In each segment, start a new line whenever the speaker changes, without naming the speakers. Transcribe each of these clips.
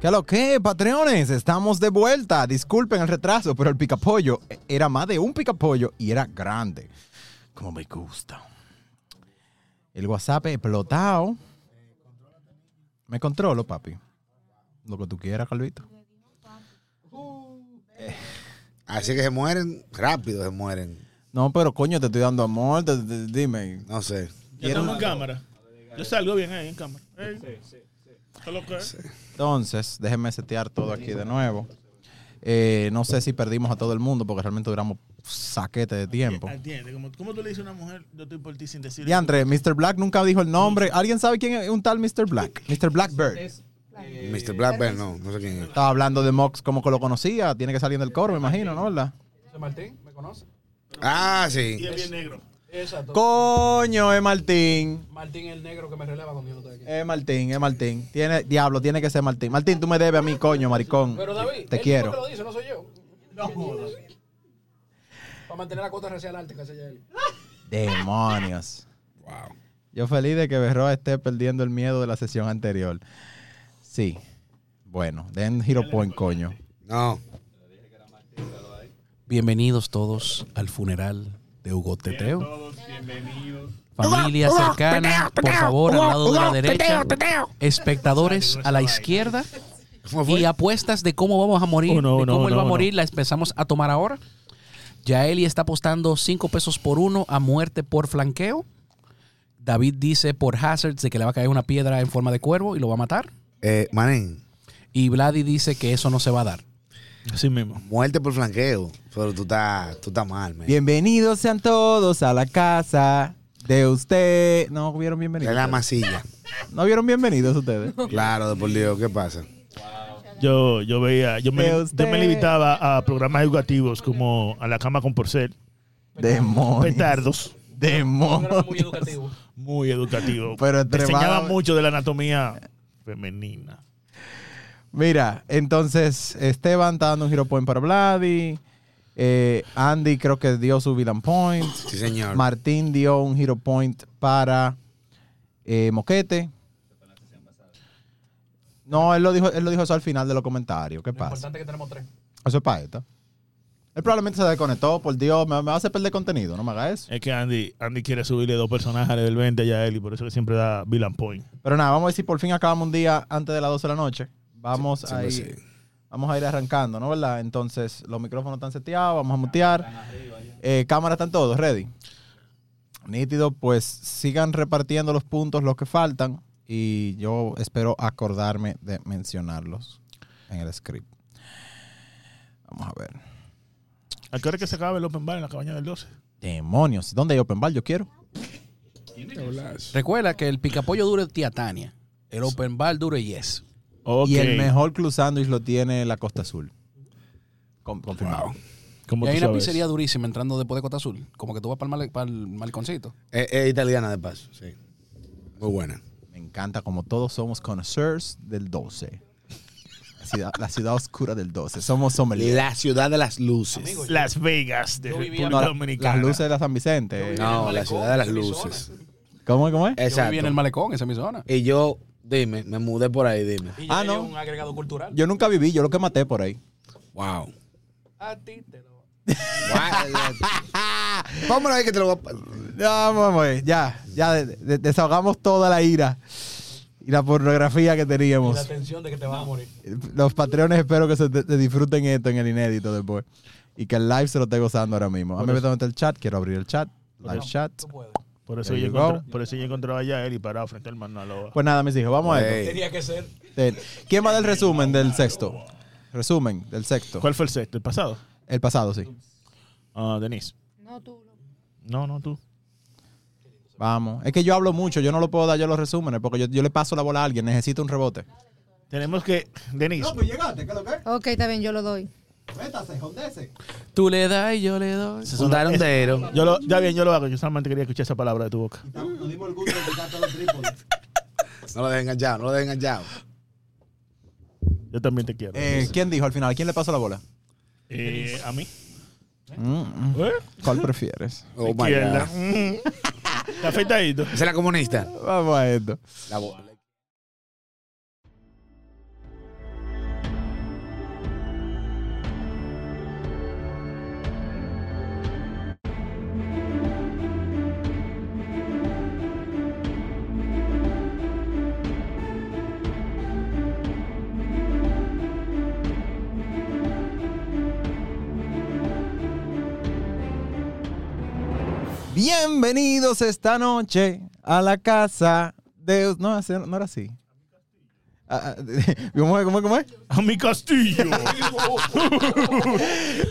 ¿Qué lo que, patreones? Estamos de vuelta. Disculpen el retraso, pero el picapollo era más de un picapollo y era grande. Como me gusta. El WhatsApp explotado. Me controlo, papi. Lo que tú quieras, Calvito.
Así que se mueren, rápido se mueren.
No, pero coño, te estoy dando amor. te- te- dime.
No sé.
Yo tengo en cámara. Yo salgo bien ahí en cámara. Ey. ¿Qué lo que?
Entonces, déjenme setear todo aquí de nuevo. Eh, no sé si perdimos a todo el mundo porque realmente duramos saquete de tiempo.
Entiende, como- ¿Cómo tú le dices a una mujer, yo estoy por ti sin decirle?
Y entre Mr. Black nunca dijo el nombre. ¿Alguien sabe quién es un tal Mr. Black? Mr. Blackbird.
Mr. Blackburn, no, no sé quién es.
Estaba hablando de Mox como que lo conocía. Tiene que salir del coro, me imagino, ¿no? ¿Verdad?
Martín, ¿me conoce?
Ah,
Y
sí.
es bien negro.
Exacto.
Coño, es Martín.
Martín el negro que me releva cuando yo no estoy aquí.
Es Martín, es Martín. Tiene, diablo, tiene que ser Martín. Martín, tú me debes a mí, coño, maricón.
Pero David,
Te
él
quiero.
tipo que lo dice, no soy yo. No Para mantener la cuota racial alta que hacía él.
Demonios.
Wow.
Yo feliz de que Berroa esté perdiendo el miedo de la sesión anterior. Sí. Bueno, den Hero Point, coño.
No.
Bienvenidos todos al funeral de Hugo Teteo. Todos bienvenidos. Familia cercana, por favor, al lado de la derecha. Espectadores a la izquierda.
¿Cómo fue?
Y apuestas de cómo vamos a morir,
Uno,
de
uno,
cómo él
uno,
va a
uno.
morir, las empezamos a tomar ahora. Yaeli está apostando 5 pesos por uno a muerte por flanqueo. David dice por hazards de que le va a caer una piedra en forma de cuervo y lo va a matar.
Eh, Manín,
Y Vladi dice que eso no se va a dar.
Así mismo.
muerte por flanqueo. Pero tú estás, tú estás mal, man.
Bienvenidos sean todos a la casa de usted. ¿No vieron
Es
bienvenidos?
la masilla.
¿No vieron bienvenidos ustedes?
Claro, de por Dios, ¿qué pasa?
Yo, yo veía, yo me,
De
yo me
usted.
limitaba a programas educativos como A la cama con porcel,
Demonios.
Petardos,
No era muy
Demonios.
educativo.
muy educativo.
Pero
Te enseñaba
extremadamente-
mucho de la anatomía femenina.
Mira, entonces Esteban está dando un Hero Point para Vladi. Eh, Andy creo que dio su Villain Point.
Sí, señor.
Martín dio un Hero Point para eh, Moquete. No, él lo dijo, él lo dijo eso al final de los comentarios. ¿Qué
Lo
pasa?
importante es que tenemos tres.
Eso es para esto. Él probablemente se desconectó, por Dios, me, me va a hacer perder contenido, no me haga eso.
Es que Andy, Andy quiere subirle dos personajes del 20 a Yael y por eso que siempre da Villain Point.
Pero nada, vamos a ver si por fin acabamos un día antes de las 12 de la noche. Vamos
Sí,
a
siempre
ir. Vamos a ir arrancando, ¿no? ¿Verdad? Entonces, los micrófonos están seteados, vamos a mutear. Eh, cámaras están todos, ready. Nítido, pues sigan repartiendo los puntos, los que faltan. Y yo espero acordarme de mencionarlos en el script. Vamos a ver.
¿A qué hora es que se acaba el Open Bar en la cabaña del 12?
Demonios, ¿dónde hay open bar? Yo quiero.
Recuerda que el picapollo dure tía Tania. El open bar dure yes.
Ok.
Y el mejor club sandwich lo tiene la Costa Azul. Con- confirmado.
¿Cómo
Y
tú
hay una
sabes?
pizzería durísima entrando después de Cota Azul. Como que tú vas para el, male- para el malconcito.
Es, es Eh, italiana, de paso, sí. Muy buena.
Me encanta como todos somos connoisseurs del 12. La ciudad, la ciudad oscura del 12. Somos sommeliers.
La ciudad de las luces.
Las Vegas de
Yo vivía-
República
No, la-
Dominicana.
las luces de la San Vicente.
Yo- en
no,
el
la
malecón,
ciudad de las
en mi
luces.
¿Cómo, es, cómo es?
Yo viví en
Exacto.
el malecón, esa es mi zona.
Y yo, dime, me mudé por ahí, dime.
Y
Ah,
ya
no.
es un agregado cultural.
Yo nunca viví, yo lo que maté por ahí.
Wow.
A ti te lo...
Vamos ahí que te lo voy a...
Ya, vamos, eh, ya, ya de- de- desahogamos toda la ira y la pornografía que
Y la
teníamos.
atención de que te vas a morir.
Los patreones espero que se, te- te disfruten esto en el inédito después. Y que el live se lo esté gozando ahora mismo. A mí me meto en el chat, quiero abrir el chat. Live chat.
Tú puedes.
Por eso,
There
yo
you go.
encontré- por eso yo encontraba a Yael y paraba frente al Manaloa.
Pues nada, mis hijos, vamos a esto.
Ey.
Tenía que ser.
Del- ¿Quién va del resumen del sexto? Resumen del sexto.
¿Cuál fue el sexto? ¿El pasado?
El pasado, sí.
Ah, Denise.
No, tú. lo-
No, no, tú.
Vamos. Es que yo hablo mucho, yo no lo puedo dar yo los resúmenes porque yo, yo le paso la bola a alguien, necesito un rebote.
Tenemos que... Denise.
pues llegaste, ¿qué lo que?
Ok, está bien, yo lo doy.
Métase, jondese.
Tú le das y yo le doy.
son
Un
las-
darondero.
yo lo, ya bien, yo lo hago. Yo solamente quería escuchar esa palabra de tu boca.
Nos dimos el gusto de quitar todos los trípodes.
No lo dejen enganchado, no lo dejen enganchado.
Yo también te quiero.
Eh, ¿Quién dijo al final? ¿Quién le pasó la bola?
Eh, ¿A mí?
Mm, mm.
¿Eh?
¿Cuál prefieres?
Oh my
Izquierda.
God.
Mm. Está afeitadito.
Esa es la comunista.
Vamos a esto.
La bola.
Bienvenidos esta noche a la casa de... No, así- no era así. Ah, ah, ¿Cómo es? ¿Cómo es? ¿Cómo es?
A mi castillo.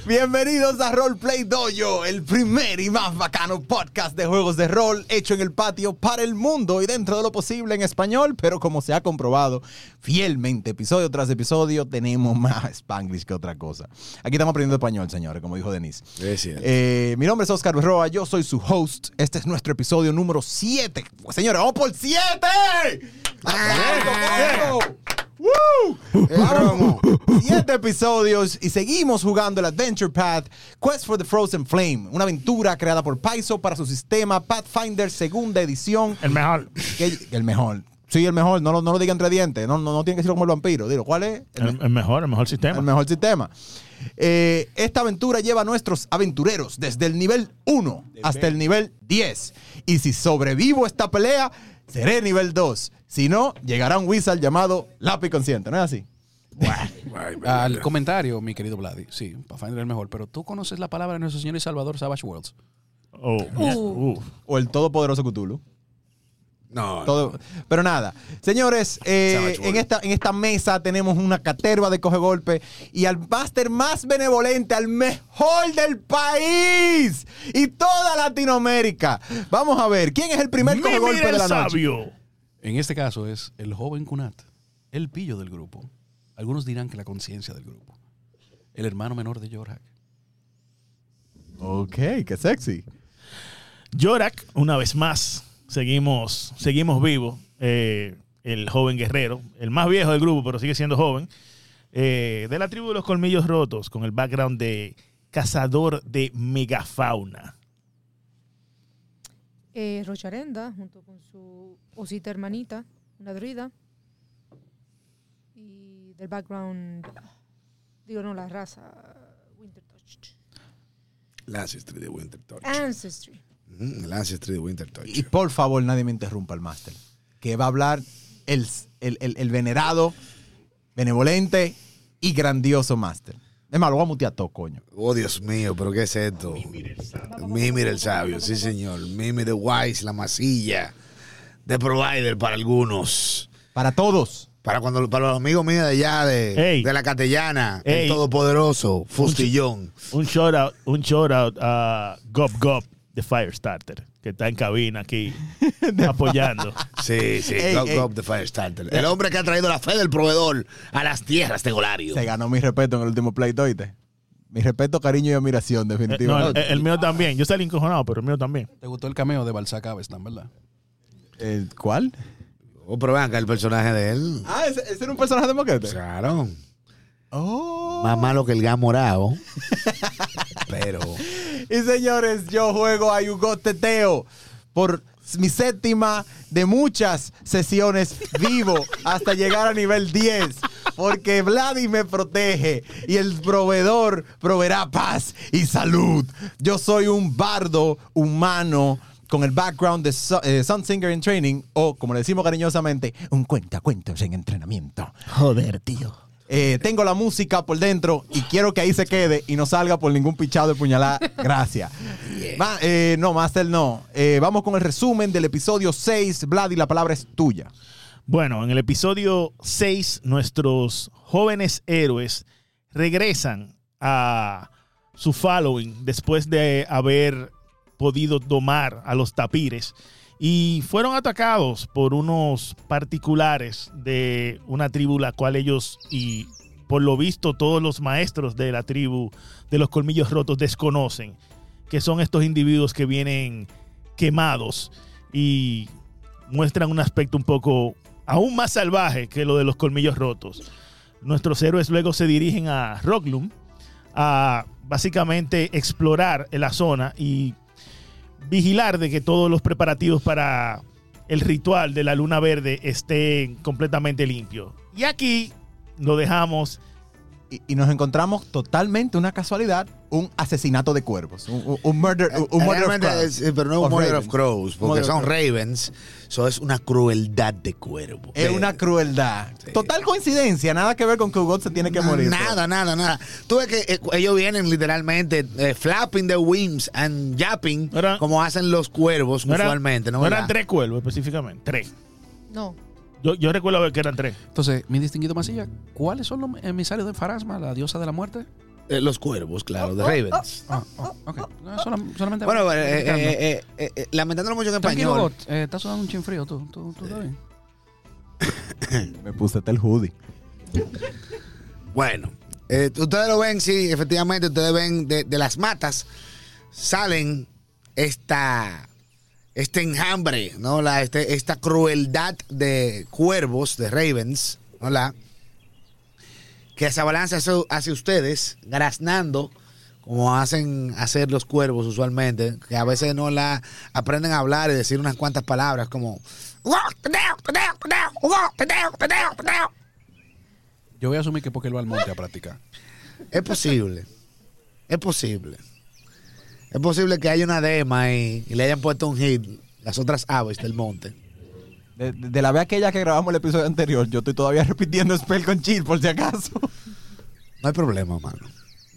Bienvenidos a Roleplay Dojo, el primer y más bacano podcast de juegos de rol hecho en el patio para el mundo y dentro de lo posible en español, pero como se ha comprobado fielmente episodio tras episodio, tenemos más Spanglish que otra cosa. Aquí estamos aprendiendo español, señores, como dijo Denise.
Es cierto.
Eh, mi nombre es Oscar Berroa, yo soy su host. Este es nuestro episodio número 7. Señores, ¡vamos por 7!
Eh, Romo,
Siete episodios y seguimos jugando el Adventure Path Quest for the Frozen Flame, una aventura creada por Paizo para su sistema Pathfinder segunda edición,
El mejor.
que- el mejor. Sí, el mejor, no, lo- no lo diga entre dientes, no, no, no tiene que decirlo como el vampiro, dilo, ¿cuál es? El
El, el mejor, el mejor sistema.
el mejor sistema. Eh, esta aventura lleva a nuestros aventureros desde el nivel 1 hasta el nivel 10. Y si sobrevivo esta pelea, seré nivel 2. Si no, llegará un wizard llamado Lápiz Consciente, ¿no es así?
Al comentario, mi querido Vladi. Sí, Pathfinder es el mejor. Pero tú conoces la palabra de nuestro señor y salvador Savage Worlds.
Oh, mierda. Uf.
O el todopoderoso Cthulhu.
No,
Todo- pero nada, señores, eh,
Savage World.
en, esta, en esta mesa tenemos una caterva de coge golpe y al máster más benevolente, al mejor del país y toda Latinoamérica. Vamos a ver, ¿quién es el primer coge
Mimir
golpe de
el
la noche?
sabio.
En este caso es el joven Kunat, el pillo del grupo. Algunos dirán que la conciencia del grupo. El hermano menor de Jorhack.
Ok, qué sexy.
Yorak, una vez más, seguimos, seguimos vivos. Eh, el joven guerrero, el más viejo del grupo, pero sigue siendo joven. Eh, de la tribu de los colmillos rotos, con el background de cazador de megafauna.
Eh, Rocharenda, junto con su osita hermanita, una druida. Y del background, digo, no, la raza, Wintertouch.
el Ancestry de Winter Touch.
Ah. Ancestry.
Mm, El Ancestry de Winter Touch.
Y por favor, nadie me interrumpa el máster, que va a hablar el, el- el- el venerado, benevolente y grandioso máster. Es más, lo voy a mutear todo, coño.
Oh, Dios mío, pero ¿qué es esto? Mimir el sabio, sí, señor. Mimir the wise, la masilla. The provider para algunos.
Para todos.
Para cuando para los amigos míos de allá, de,
Ey.
de la Catellana,
Ey.
el todopoderoso, Fustillón.
Un shout out, un shout out a Gob Gob de Firestarter, que está en cabina aquí apoyando.
Sí, sí,
Ey,
Gop
ey.
Gop the Firestarter. El hombre que ha traído la fe del proveedor a las tierras de Golario.
Se ganó mi respeto en el último pleito, ¿oíste? Mi respeto, cariño y admiración,
Eh, no, el,
definitivamente.
el mío también. Yo salí encojonado, pero el mío también.
¿Te gustó el cameo de Balzac Avestan, verdad?
Eh, ¿Cuál?
Oh, pero vean acá el personaje de él.
Ah, ¿ese, ese era un personaje de moquete.
Claro.
Oh.
Más malo que el gas morado. pero.
Y señores, yo juego a Hugo Teteo por mi séptima de muchas sesiones vivo hasta llegar a nivel 10. Porque Vladi me protege y el proveedor proveerá paz y salud. Yo soy un bardo humano con el background de Su- eh, Sun Singer in Training o, como le decimos cariñosamente, un cuentacuentos en entrenamiento.
Joder, tío.
Eh, tengo la música por dentro y quiero que ahí se quede y no salga por ningún pichado de puñalada. Gracias. Ma- eh, no, Master, no. Eh, vamos con el resumen del episodio 6. Vlad, y la palabra es tuya.
Bueno, en el episodio 6, nuestros jóvenes héroes regresan a su following después de haber podido domar a los tapires y fueron atacados por unos particulares de una tribu la cual ellos y por lo visto todos los maestros de la tribu de los colmillos rotos desconocen que son estos individuos que vienen quemados y muestran un aspecto un poco aún más salvaje que lo de los colmillos rotos. Nuestros héroes luego se dirigen a Rocklum a básicamente explorar la zona y vigilar de que todos los preparativos para el ritual de la luna verde estén completamente limpios. Y aquí lo dejamos
y, y nos encontramos totalmente una casualidad, un asesinato de cuervos, un, un- un murder, un, un murder of
Realmente
crows.
es- eh, pero no un
Of
Murder
Ravens.
of Crows, porque
Murder of
son
Crows.
Ravens. Eso es una crueldad de cuervo.
Es una crueldad.
Sí.
Total coincidencia, nada que ver con que Hugo se tiene que
Na-
morir.
Nada, nada, nada. Tú ves que eh, ellos vienen literalmente eh, flapping the wings and yapping,
No era-
como hacen los cuervos
No, eran-
usualmente. ¿no?
no eran
¿Verdad?
tres cuervos específicamente. Tres.
No.
Yo, yo recuerdo ver que eran tres.
Entonces, mi distinguido Masilla, ¿cuáles son los emisarios de Farasma, la diosa de la muerte?
Eh, los cuervos, claro, de Ravens.
Ah, ah, ok. No, solam- solamente
Bueno, eh, eh, eh, eh, eh, lamentándolo mucho en
oh, Tranquilo,
español.
Got, eh, estás sudando un chin frío tú. tú, tú estás bien.
Me puse hasta el hoodie.
Bueno, eh, ustedes lo ven, sí, efectivamente, ustedes ven de, de las matas salen esta este enjambre, ¿no? La, este- esta crueldad de cuervos, de ravens, ¿no? La, que se abalanza hacia, hacia ustedes, graznando, como hacen hacer los cuervos usualmente, que a veces no la aprenden a hablar y decir unas cuantas palabras como...
Yo voy a asumir que porque lo al monte a practicar.
Es posible. Es posible. Es posible que haya una dema y, y le hayan puesto un hit las otras aves del monte.
De, de- de la vez aquella que grabamos el episodio anterior, yo estoy todavía repitiendo spell con chill, por si acaso.
No hay problema, mano.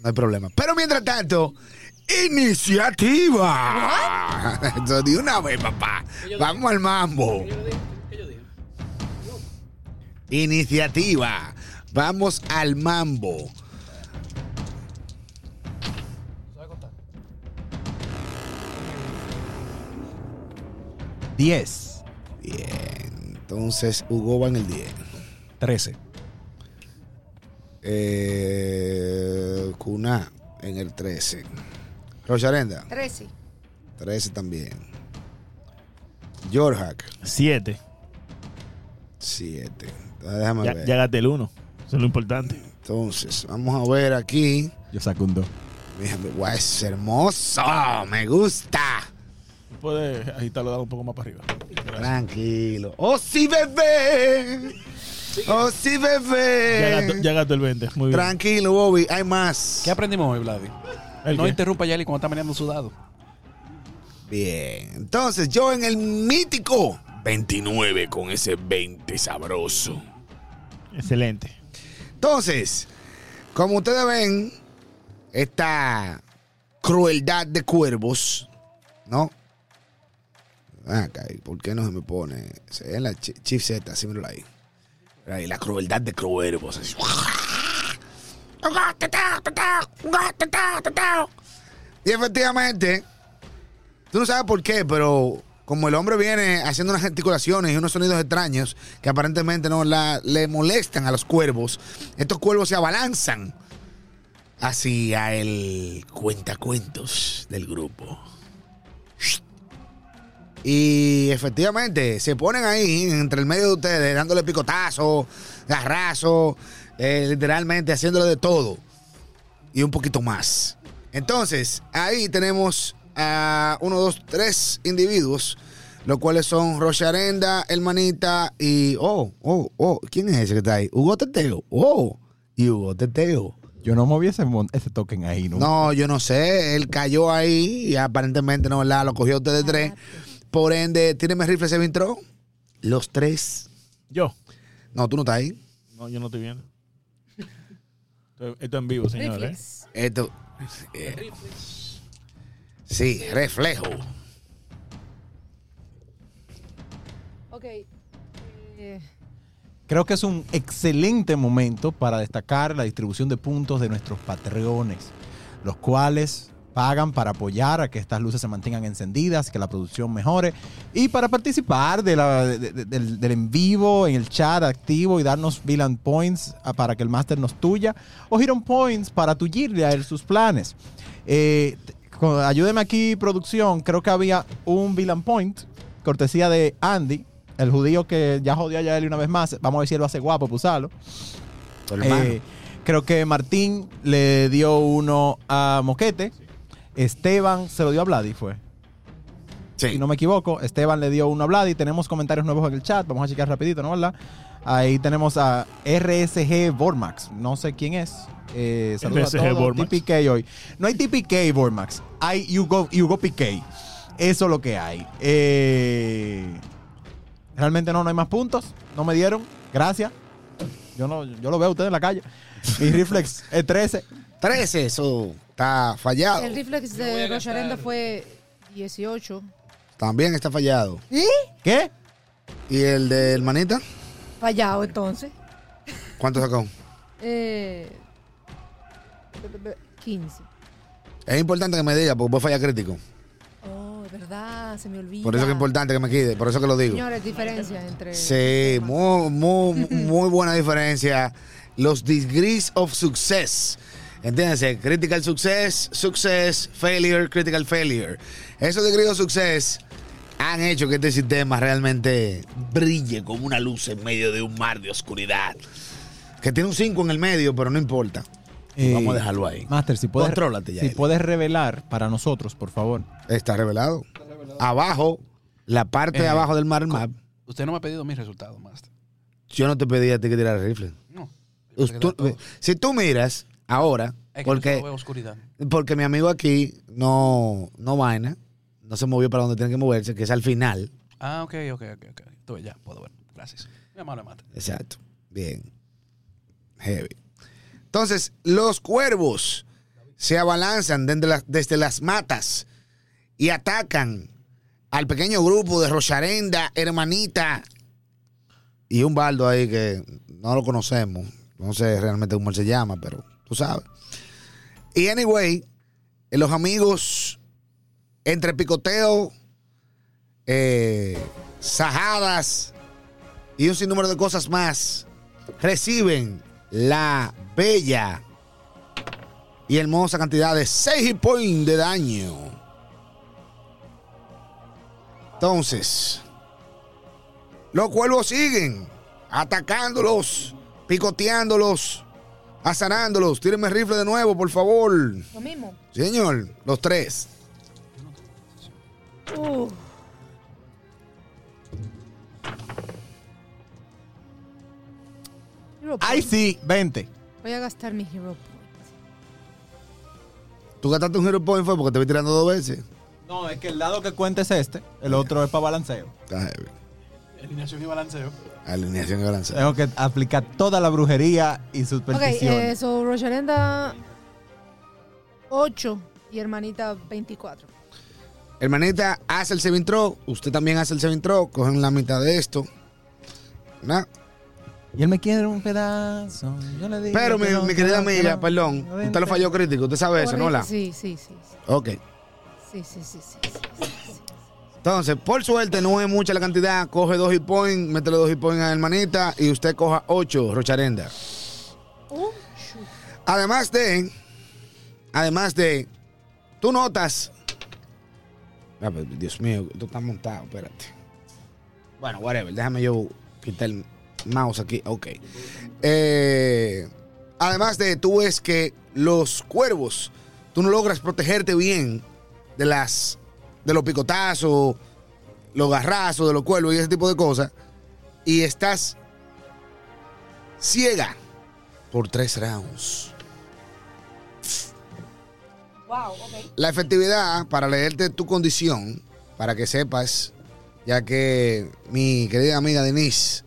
No hay problema. Pero mientras tanto, iniciativa. Eso de una vez, papá. Vamos al mambo. Iniciativa. Vamos al mambo.
¿Sabes contar?
10.
Bien. Entonces, Hugo va en el 10.
13.
Eh, Cuna en el 13. Rocharenda,
13.
13 también. Jorhack,
Siete.
7. Déjame
Ya,
ver.
ya gasté el uno. Eso es lo importante.
Entonces, vamos a ver aquí.
Yo saco un 2.
Déjame- Guau, es hermoso. Me gusta.
Puedes agitarlo dado un poco más para arriba.
Eh, Tranquilo. ¡Oh, sí, bebé! ¡Oh, sí,
Ya gasto,
bebé!
ya gasto el 20. Muy bien.
Tranquilo, Bobby. Hay más.
¿Qué aprendimos hoy, Vladi?
¿El
No
qué?
interrumpa a Yali cuando está meneando sudado.
Bien, entonces yo en el mítico 29 con ese 20 sabroso.
Excelente.
Entonces, como ustedes ven, esta crueldad de cuervos, ¿no? Acá, ¿y ¿por qué no se me pone? Se ve en la chi- Chief Z, sí, míralo ahí. Mira Ahí, la crueldad de cuervos. así. Y efectivamente, tú no sabes por qué, pero como el hombre viene haciendo unas gesticulaciones y unos sonidos extraños que aparentemente no la- le molestan a los cuervos, estos cuervos se abalanzan hacia el cuentacuentos del grupo. Y efectivamente, se ponen ahí entre el medio de ustedes, dándole picotazos, garrazos, eh, literalmente haciéndole de todo y un poquito más. Entonces, ahí tenemos a uno, dos, tres individuos, los cuales son Rocha Arenda, Hermanita y. Oh, oh, oh, ¿quién es ese que está ahí? Hugo Teteo. Oh, y Hugo Teteo.
Yo no moví ese, mon- ese token ahí, ¿no?
No, yo no sé. Él cayó ahí y aparentemente no, ¿verdad? Lo cogió a ustedes tres. Por ende, tíreme rifle, se me entró. Los tres.
Yo.
No, tú no estás ahí.
No, yo no estoy viendo. Esto, esto en vivo, señores. ¿eh?
Rifles.
Esto. eh, sí, reflejo.
Ok. Eh,
Creo que es un excelente momento para destacar la distribución de puntos de nuestros patreones, los cuales pagan para apoyar a que estas luces se mantengan encendidas, que la producción mejore y para participar de la- de- de- del, del en vivo, en el chat activo y darnos VLAN Points ah, para que el máster nos tuya o Hero Points para tullirle a él sus planes. Eh, t- co- ayúdeme aquí, producción. Creo que había un VLAN Point, cortesía de Andy, el judío que ya jodió a Yaeli una vez más. Vamos a ver si él lo hace guapo, pusalo.
Tu hermano.
Eh, creo que Martín le dio uno a Moquete. Esteban se lo dio a Vladi, fue.
Sí.
si no me equivoco. Esteban le dio una hablada y tenemos comentarios nuevos en el chat. Vamos a checar rapidito, ¿no? ¿Verdad? Ahí tenemos a RSG Vormax. No sé quién es. Eh, saludos a
RSG
todos.
Vormax.
TPK hoy. No hay TPK Vormax. Hay Hugo, Hugo PK. Eso es lo que hay. Eh, realmente no, no hay más puntos. No me dieron. Gracias. Yo, no, yo lo veo a ustedes en la calle. Mi Reflex es 13.
13, eso está fallado.
El reflex
Yo voy
de
a
Rocharenda
gastar.
fue 18.
También está fallado.
¿Qué?
¿Y el del manita?
Fallado entonces.
¿Cuánto sacó?
Eh, 15.
Es importante que me diga, porque vos falla crítico.
Oh, es verdad, se me olvida.
Por eso que es importante que me quede, por eso que lo digo.
Señores, diferencias entre.
Sí,
temas.
muy, muy, muy buena diferencia. Los degrees of success. Entiéndase, critical success, success, failure, critical failure. Esos degrees of success han hecho que este sistema realmente brille como una luz en medio de un mar de oscuridad. Que tiene un 5 en el medio, pero no importa.
Eh,
Vamos a dejarlo ahí.
Master, si puedes,
Contrólate ya,
si
Eli.
puedes revelar para nosotros, por favor.
Está revelado. Abajo, la parte de
Eh,
abajo del mar map.
Usted no me ha pedido mis resultados, Master.
Yo no te pedí a ti que tirar el rifle.
No.
Us- tú- si tú miras ahora,
porque
porque,
veo oscuridad.
porque mi amigo aquí no, no vaina, no se movió para donde tiene que moverse, que es al final.
Ah, ok, ok, ok, ok. Tú ves, ya, puedo ver. Gracias. Mi amable mate.
Exacto. Bien. Heavy. Entonces, los cuervos se abalanzan desde las, desde las matas y atacan al pequeño grupo de Rocharenda, hermanita. Y un baldo ahí que no lo conocemos. No sé realmente cómo él se llama, pero tú sabes. Y anyway, eh, los amigos, entre picoteo, eh, sajadas, y un sinnúmero de cosas más reciben la bella y hermosa cantidad de 6 hit points de daño. Entonces, los cuervos siguen atacándolos, picoteándolos, azarándolos. Tírenme el rifle de nuevo, por favor.
Lo mismo.
Señor, los tres.
Uh, Hero
Ahí
point.
sí, 20.
Voy a gastar mi hero points.
Tú gastaste un hero point fue porque te vi tirando dos veces.
No, es que el lado que cuenta es este, el otro es para balanceo.
Está heavy.
Alineación y balanceo.
Alineación y balance.
Tengo que aplicar toda la brujería y
Ok,
superstición.
eh, so Rocharenda 8 y hermanita 24.
Hermanita, hace el saving throw. Usted también hace el saving throw. Cogen la mitad de esto. ¿no?
Y él me quiere un pedazo. Yo le digo
Pero mi,
que no,
mi
que
querida
no, que
amiga,
no.
perdón. Usted lo falló crítico. Usted sabe eso, ¿no? La?
Sí, sí, sí. sí.
Ok.
Sí, sí, sí, sí, sí, sí, sí.
Entonces, por suerte, no es mucha la cantidad. Coge dos hit points, métele dos hit points a hermanita y usted coja ocho, Rocharenda.
Uh, shoot.
Además de, además de, tú notas. Ah, pero, Dios mío, tú estás montado, espérate. Bueno, whatever, déjame yo quitar el mouse aquí, ok. Eh, además de, tú ves que los cuervos, tú no logras protegerte bien de las, de los picotazos, los garrazos de los cuervos y ese tipo de cosas. Y estás ciega por tres rounds.
Wow, ok.
La efectividad, para leerte tu condición, para que sepas, ya que mi querida amiga Denise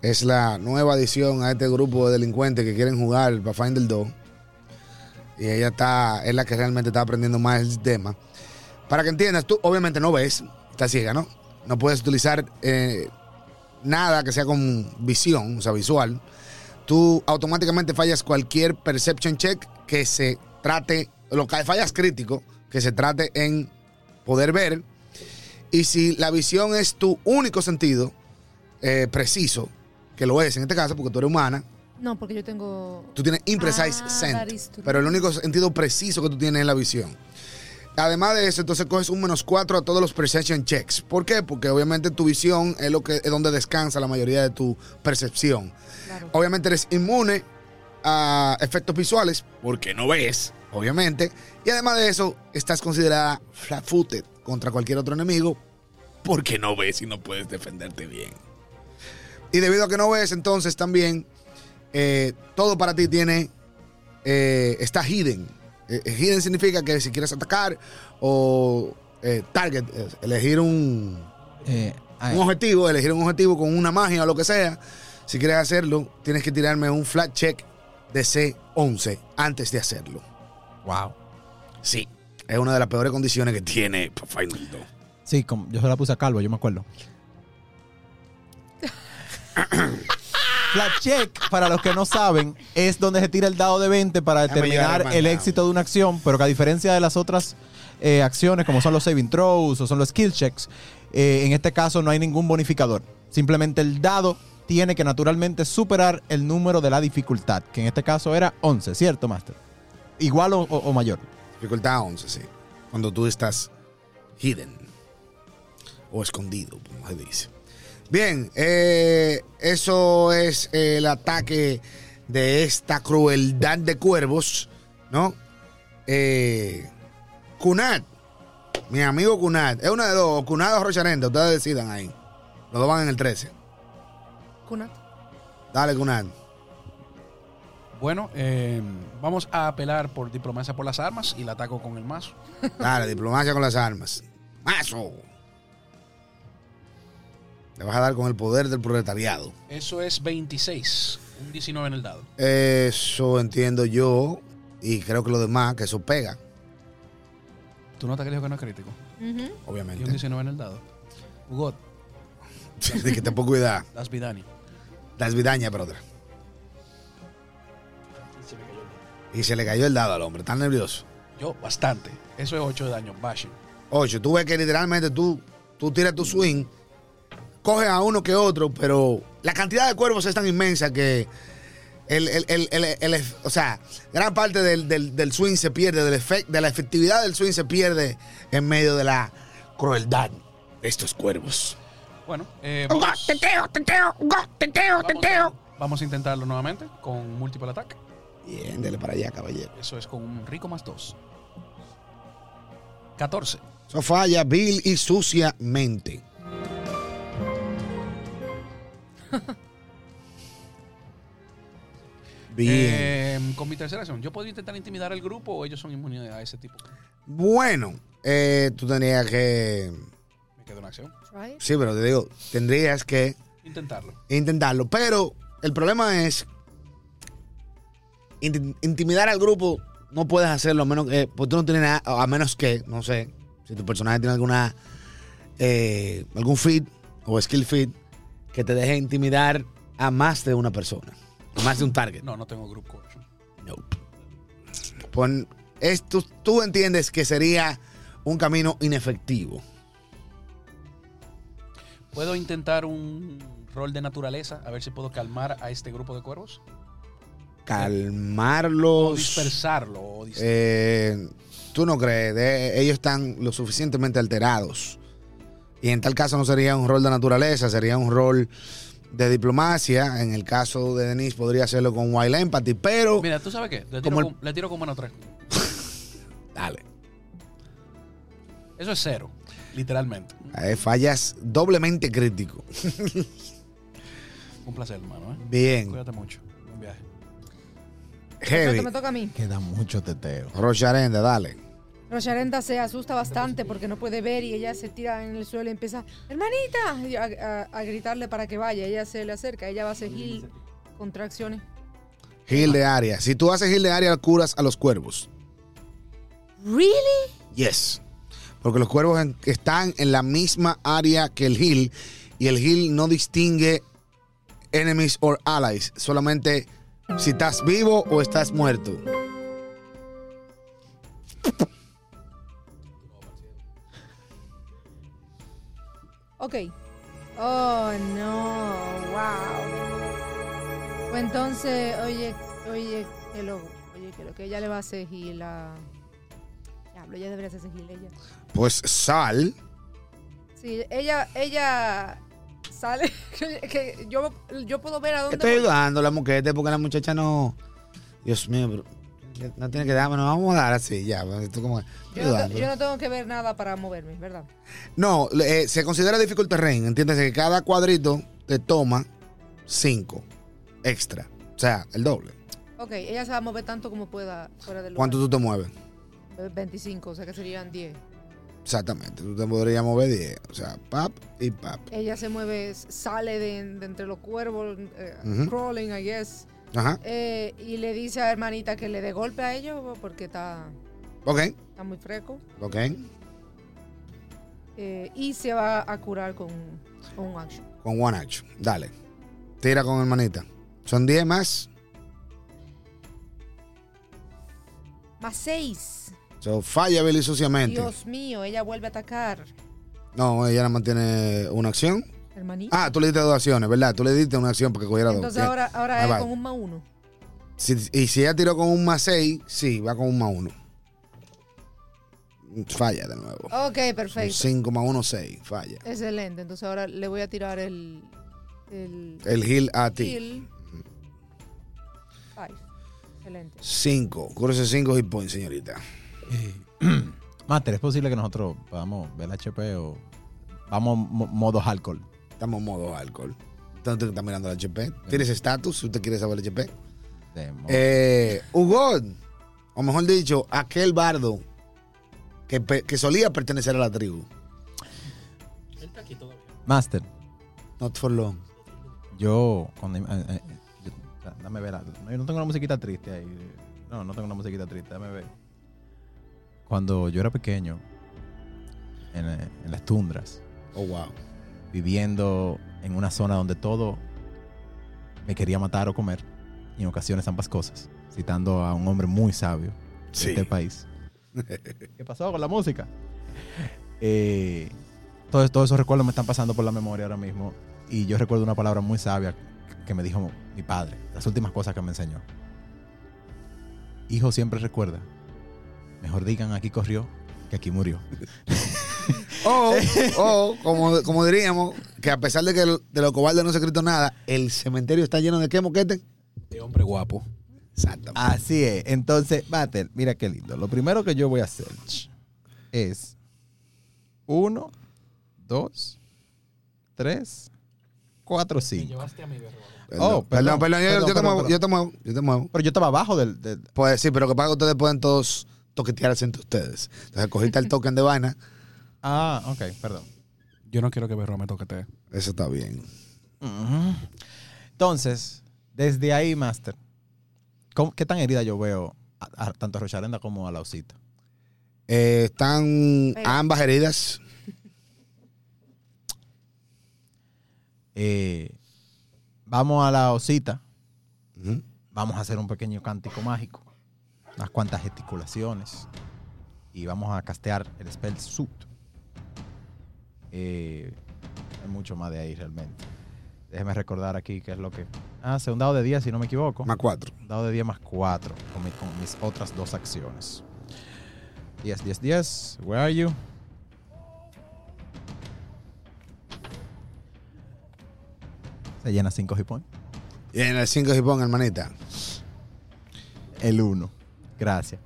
es la nueva adición a este grupo de delincuentes que quieren jugar el Pathfinder 2. Y ella está, es la que realmente está aprendiendo más el sistema. Para que entiendas, tú obviamente no ves, estás ciega, ¿no? No puedes utilizar eh, nada que sea con visión, o sea, visual. Tú automáticamente fallas cualquier perception check que se trate, lo que fallas crítico, que se trate en poder ver. Y si la visión es tu único sentido eh, preciso, que lo es en este caso, porque tú eres humana,
No, porque yo tengo.
Tú tienes imprecise
Ah, that is
scent.
true.
Pero el único sentido preciso que tú tienes es la visión. Además de eso, entonces coges un menos 4 a todos los perception checks. ¿Por qué? Porque obviamente tu visión es lo que es donde descansa la mayoría de tu percepción.
Claro.
Obviamente eres inmune a efectos visuales, porque no ves, obviamente. Y además de eso, estás considerada flat-footed, contra cualquier otro enemigo porque no ves y no puedes defenderte bien. Y debido a que no ves, entonces también eh, todo para ti tiene eh, está hidden. Eh, eh, hidden significa que si quieres atacar o eh, target, eh, elegir un,
Eh, ah,
un objetivo, elegir un objetivo con una magia o lo que sea, si quieres hacerlo, tienes que tirarme un flat check de C11 antes de hacerlo.
wow.
Sí. Es una de las peores condiciones que tiene Pathfinder 2.
Sí, como- yo se la puse a Calvo, yo me acuerdo. Flat check, para los que no saben, es donde se tira el dado de 20 para
Déjame
determinar
llegar,
el
hermano.
éxito de una acción, pero que a diferencia de las otras eh, acciones, como son los saving throws o son los skill checks, eh, en este caso no hay ningún bonificador. Simplemente el dado tiene que naturalmente superar el número de la dificultad, que en este caso era 11, ¿cierto, Master? Igual o- o- o mayor.
Dificultad 11, sí. Cuando tú estás hidden o escondido, como se dice. Bien, eh, eso es el ataque de esta crueldad de cuervos, ¿no? Eh, Kunat, mi amigo Kunat, es uno de dos, o Kunat o Rocharenda, ustedes decidan ahí. Los dos van en el 13. Oh.
Kunat.
Dale, Kunat.
Bueno, eh, vamos a apelar por diplomacia por las armas y la ataco con el mazo.
Dale, Ah, diplomacia con las armas. ¡Mazo! Le vas a dar con el poder del proletariado.
Eso es 26. Un 19 en el dado.
Eso entiendo yo. Y creo que lo demás, que eso pega,
¿Tú notas que dijo que no es crítico?
Ujú.
Y un
obviamente.
19 en el dado. Hugo,
Así que te puedo cuidar.
das Vidani.
Las vidañas, brother. Y se le cayó el dado al hombre, tan nervioso.
Yo, bastante. Eso es 8 de daño. Bashing.
Ocho, tú ves que literalmente tú, tú tiras tu swing, coges a uno que otro, pero la cantidad de cuervos es tan inmensa que el, el- el- el- el- o sea, gran parte del, del- del swing se pierde, del efec- de la efectividad del swing se pierde en medio de la crueldad de estos cuervos.
Bueno, eh,
Oh,
vamos,
¡Teteo, teteo! ¡Teteo,
vamos- vamos a intentarlo nuevamente con múltiple ataque.
Bien, dele para allá, caballero.
Eso es con un rico más 2. 14.
Eso falla vil y suciamente. Bien.
Eh, con mi tercera acción, ¿yo puedo intentar intimidar al grupo o ellos son inmunes a ese tipo?
Bueno, eh, tú tendrías que.
Me queda una acción.
Try it.
Sí, pero te digo, tendrías que
Intentarlo.
e intentarlo. Pero el problema es. inti- Intimidar al grupo no puedes hacerlo a menos que. Pues tú no tienes nada. A menos que, no sé. Si tu personaje tiene alguna. eh, algún feed o skill feed que te deje intimidar a más de una persona. A más de un target.
No, no tengo group coercion.
Nope. Pon, es- tú, tú entiendes que sería un camino inefectivo.
¿Puedo intentar un rol de naturaleza? A ver si puedo calmar a este grupo de cuervos. O
Calmarlos.
dispersarlo. O dis-
eh, tú no crees. de- ellos están lo suficientemente alterados. Y en tal caso no sería un rol de naturaleza, sería un rol de diplomacia. En el caso de Denise podría hacerlo con Wild Empathy, pero.
Mira, ¿tú sabes qué? Le tiro,
como el-
con, le tiro con mano 3.
Dale.
Eso es cero, literalmente.
Eh, fallas doblemente crítico.
Un placer, hermano. ¿eh?
Bien.
Cuídate mucho. Buen viaje.
Exacto,
Heavy.
me toca a mí.
Queda mucho teteo.
Rocharenda, dale.
Rosharenda se asusta bastante porque no puede ver y ella se tira en el suelo y empieza, hermanita, y a, a- a gritarle para que vaya. Ella se le acerca, ella va a seguir contracciones.
Gil de área. Si tú haces gil de área, curas a los cuervos.
¿Really?
Yes. Porque los cuervos en- están en la misma área que el heal y el heal no distingue enemies or allies, solamente si estás vivo o estás muerto.
Ok. Oh, no. Wow. Pues entonces, oye, oye, que lo, oye, que lo que ella le va a hacer y la... Diablo, ella debería hacer gil ella.
Pues sal.
Sí, ella, ella sale, que- que yo, yo puedo ver a
Te
dónde...
estoy
voy.
ayudando la moquete porque la muchacha no. Dios mío, pero No tiene que darme, no vamos a dar así, ya. Tú como,
Yo no,
dando.
te- yo no tengo que ver nada para moverme, ¿verdad?
No, eh, se considera difícil terreno. Entiéndase que cada cuadrito te toma cinco extra. O sea, el doble.
Ok, ella se va a mover tanto como pueda fuera del lugar.
¿Cuánto tú te mueves?
Eh, 25, o sea que serían 10.
Exactamente. Tú te podrías mover 10. O sea, pap y pap.
Ella se mueve, s- sale de, de entre los cuervos, eh,
Ujú.
crawling, I guess.
Ajá.
Eh, y le dice a hermanita que le dé golpe a ellos porque está,
Ok,
está muy fresco.
ok.
Eh, y se va a curar con, con un action.
Con one action. Dale. Tira con hermanita. Son 10 más.
Más 6.
So, falla Billy suciamente.
Dios mío, ella vuelve a atacar.
No, ella nada más tiene una acción.
Hermanita.
Ah, tú le diste dos acciones, ¿verdad? Tú le diste una acción porque cogiera dos.
Entonces
Bien.
ahora, ahora
Ah, Bye,
es
bye.
con un más 1.
Si- y si ella tiró con un más 6, sí, va con un más 1. Falla de nuevo.
Ok, Oh, perfecto.
5 más 1, 6. Falla.
Excelente. Entonces ahora le voy a tirar el. El.
El heal a ti.
Kill. Five. Excelente.
5. Cúrese 5 hit points, señorita.
Master, ¿es posible que nosotros podamos ver el HP o vamos mo- modo alcohol?
Estamos en modo alcohol. Entonces está mirando el HP. Tienes estatus si usted quiere saber el HP.
De modo-
Eh, Hugo, o mejor dicho, aquel bardo que, pe- que solía pertenecer a la tribu.
Master,
Not for long.
yo, cuando- eh, eh, yo- da- dame ver, algo. No, yo no tengo una musiquita triste ahí. No, no tengo una musiquita triste, dame ver. Cuando yo era pequeño, en, eh, en las tundras,
Oh, wow.
viviendo en una zona donde todo me quería matar o comer, y en ocasiones ambas cosas, citando a un hombre muy sabio de
Sí.
este país. ¿Qué pasó con la música? Eh, todos, todos esos recuerdos me están pasando por la memoria ahora mismo, y yo recuerdo una palabra muy sabia que me dijo mi padre, las últimas cosas que me enseñó. Hijo siempre recuerda, mejor digan aquí corrió que aquí murió.
O, o como, como diríamos, que a pesar de que el- de lo cobarde no se ha escrito nada, el cementerio está lleno de qué moquete.
De hombre guapo.
Exactamente.
Así es. Entonces, Battle, mira qué lindo. Lo primero que yo voy a hacer es uno, dos, tres, cuatro,
Me
cinco.
llevaste a mi verbo.
Perdón,
Oh, perdón,
perdón, perdón, yo, yo
perdón,
te
perdón,
muevo, yo te muevo, yo te muevo.
Pero yo estaba abajo del... del-
Pues sí, pero que pasa es que ustedes pueden todos toquetearse entre ustedes. Entonces cogiste el token de vaina,
Ah, ok, perdón.
Yo no quiero que Berro me toquetee.
eso está bien.
Ujú. Entonces, desde ahí, Master, ¿cómo- ¿qué tan herida yo veo a, a tanto a Rocharenda como a la osita?
Eh, están ambas heridas.
Eh, vamos a la osita,
Ujú.
vamos a hacer un pequeño cántico mágico, unas cuantas gesticulaciones y vamos a castear el spell suit. Eh, hay mucho más de ahí realmente. Déjeme recordar aquí qué es lo que hace un dado de 10 si no me equivoco.
Más cuatro.
Un dado de 10 más 4 con, mi- con mis otras dos acciones. 10, 10, 10. Where are you? Se llena 5 hit points.
Y en el 5 jipón, hermanita.
El 1. Gracias.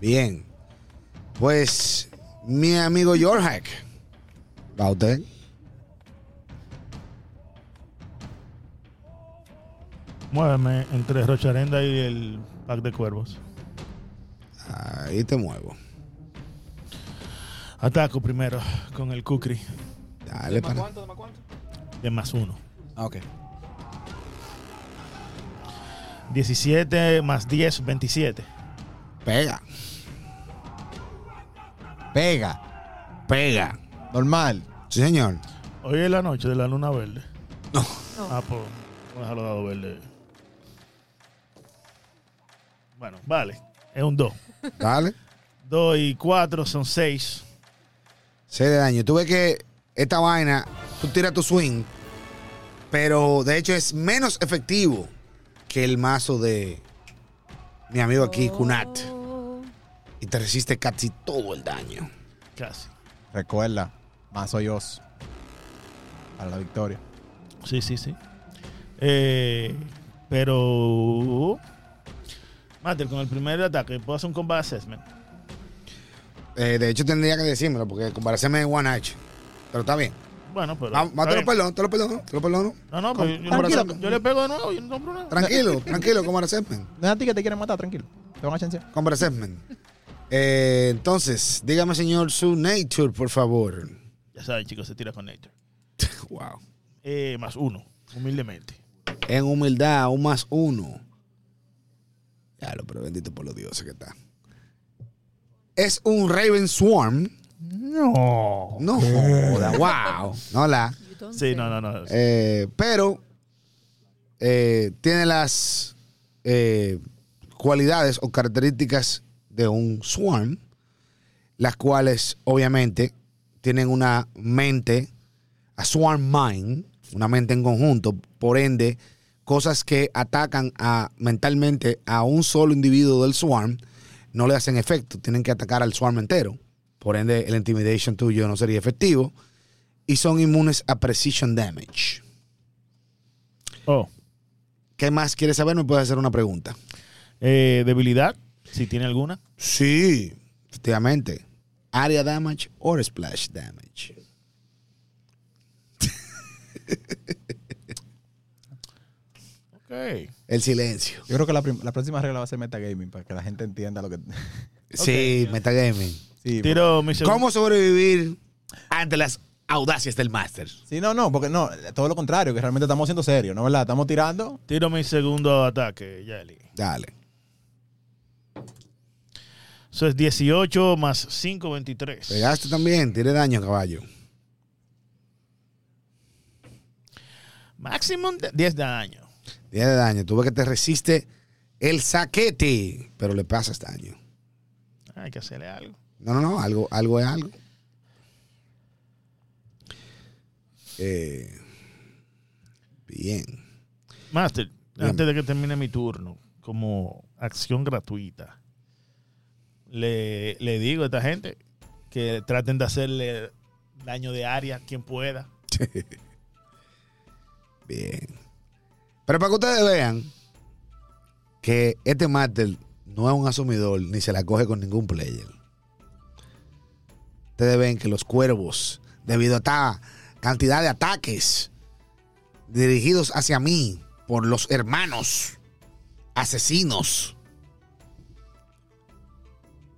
Bien. Pues mi amigo Yorhack. ¿Va a usted?
Muéveme entre Rocharenda y el pack de cuervos.
Ahí te muevo.
Ataco primero con el Kukri
Dale
¿Más
para.
cuánto? ¿Más cuánto?
de más uno.
Ah, ok.
17 más 10, 27.
Pega.
Pega.
Pega.
Normal.
Sí, señor.
Hoy es la noche de la luna verde.
No.
Ah, pues, vamos a dejarlo dado verde. Bueno, vale. Es un 2.
Dale.
2 y 4 son 6.
6 de daño. Tú ves que esta vaina, tú tiras tu swing, pero de hecho es menos efectivo que el mazo de mi amigo aquí, Kunat.
Oh.
Y te resiste casi todo el daño.
Casi.
Recuerda, más hoyos para la victoria.
Sí, sí, sí. Eh, pero. Mater, uh, con el primer ataque, puedo hacer un combat assessment.
Eh, de hecho, tendría que decírmelo porque comparecerme es One H. Pero está bien.
Bueno, pero.
Ah,
está
te lo
bien.
perdono, te lo perdono, te lo perdono.
No, no, pero yo,
Tranquilo.
yo- yo le pego de nuevo y no tengo problema.
Tranquilo, tranquilo, comparecerme.
No es a ti que te quieren matar, tranquilo. Te van a chancear.
Comparecerme. Eh, entonces, dígame, señor, su nature, por favor.
Ya sabes, chicos, se tira con Nature.
Wow.
Eh, más uno, humildemente.
En humildad, un más uno. Claro, pero bendito por los dioses que está. Es un Raven Swarm.
No.
No joda, wow. No la.
You don't
Sí,
say.
no, no, no.
Eh, pero eh, tiene las eh, cualidades o características de un swarm, las cuales obviamente tienen una mente, a swarm mind, una mente en conjunto, por ende, cosas que atacan a, mentalmente a un solo individuo del swarm no le hacen efecto, tienen que atacar al swarm entero. Por ende, el intimidation tuyo no sería efectivo y son inmunes a precision damage.
Oh,
¿Qué más quieres saber? Me puedes hacer una pregunta.
eh, debilidad, si tiene alguna.
Sí, efectivamente. Area damage o splash damage.
Ok.
El silencio.
Yo creo que la, prim- la próxima regla va a ser metagaming para que la gente entienda lo que.
Sí, metagaming.
sí,
Tiro mi segundo.
¿Cómo sobrevivir ante las audacias del máster?
Sí, no, no, porque no, todo lo contrario, que realmente estamos siendo serios, ¿no verdad? Estamos tirando.
Tiro mi segundo ataque, Yali.
Dale.
Eso es 18 más 5, 23.
Pegaste también, tiene daño, caballo.
Máximo de 10 daño.
Tiene daño. Tú ves que te resiste el saquete, pero le pasas daño.
Hay que hacerle algo.
No, no, no, algo, algo es algo. Eh, bien.
Master,
Dígame.
antes de que termine mi turno, como acción gratuita, le, le digo a esta gente que traten de hacerle daño de área quien pueda.
Bien. Pero para que ustedes vean que este Martel no es un asumidor ni se la coge con ningún player. Ustedes ven que los cuervos, debido a esta cantidad de ataques dirigidos hacia mí por los hermanos asesinos,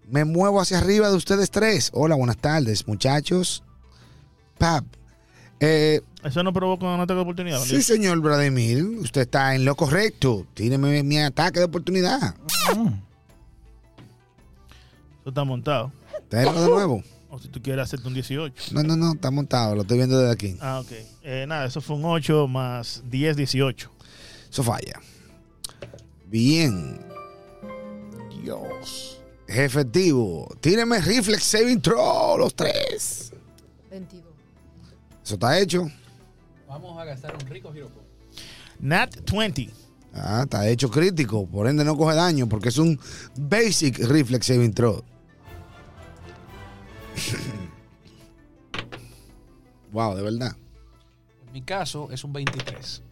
me muevo hacia arriba de ustedes tres. Hola, buenas tardes, muchachos. Pap. Eh,
Eso no provoca un ataque de oportunidad. ¿no?
Sí, señor Vladimir, usted está en lo correcto. Tíreme mi ataque de oportunidad.
Eso está montado.
Tíralo de nuevo.
O si tú quieres hacerte un 18.
No, no, no, está montado, lo estoy viendo desde aquí.
Ah, ok. Eh, nada, eso fue un 8 más 10, 18.
Eso falla. Bien. Dios. Efectivo. Tíreme Reflex Saving Throw, los tres.
22.
Eso está hecho.
Vamos a gastar un rico giro.
Nat 20.
Ah, está hecho crítico. Por ende no coge daño porque es un Basic Reflex Saving Throw. wow, de verdad.
En mi caso es un 23.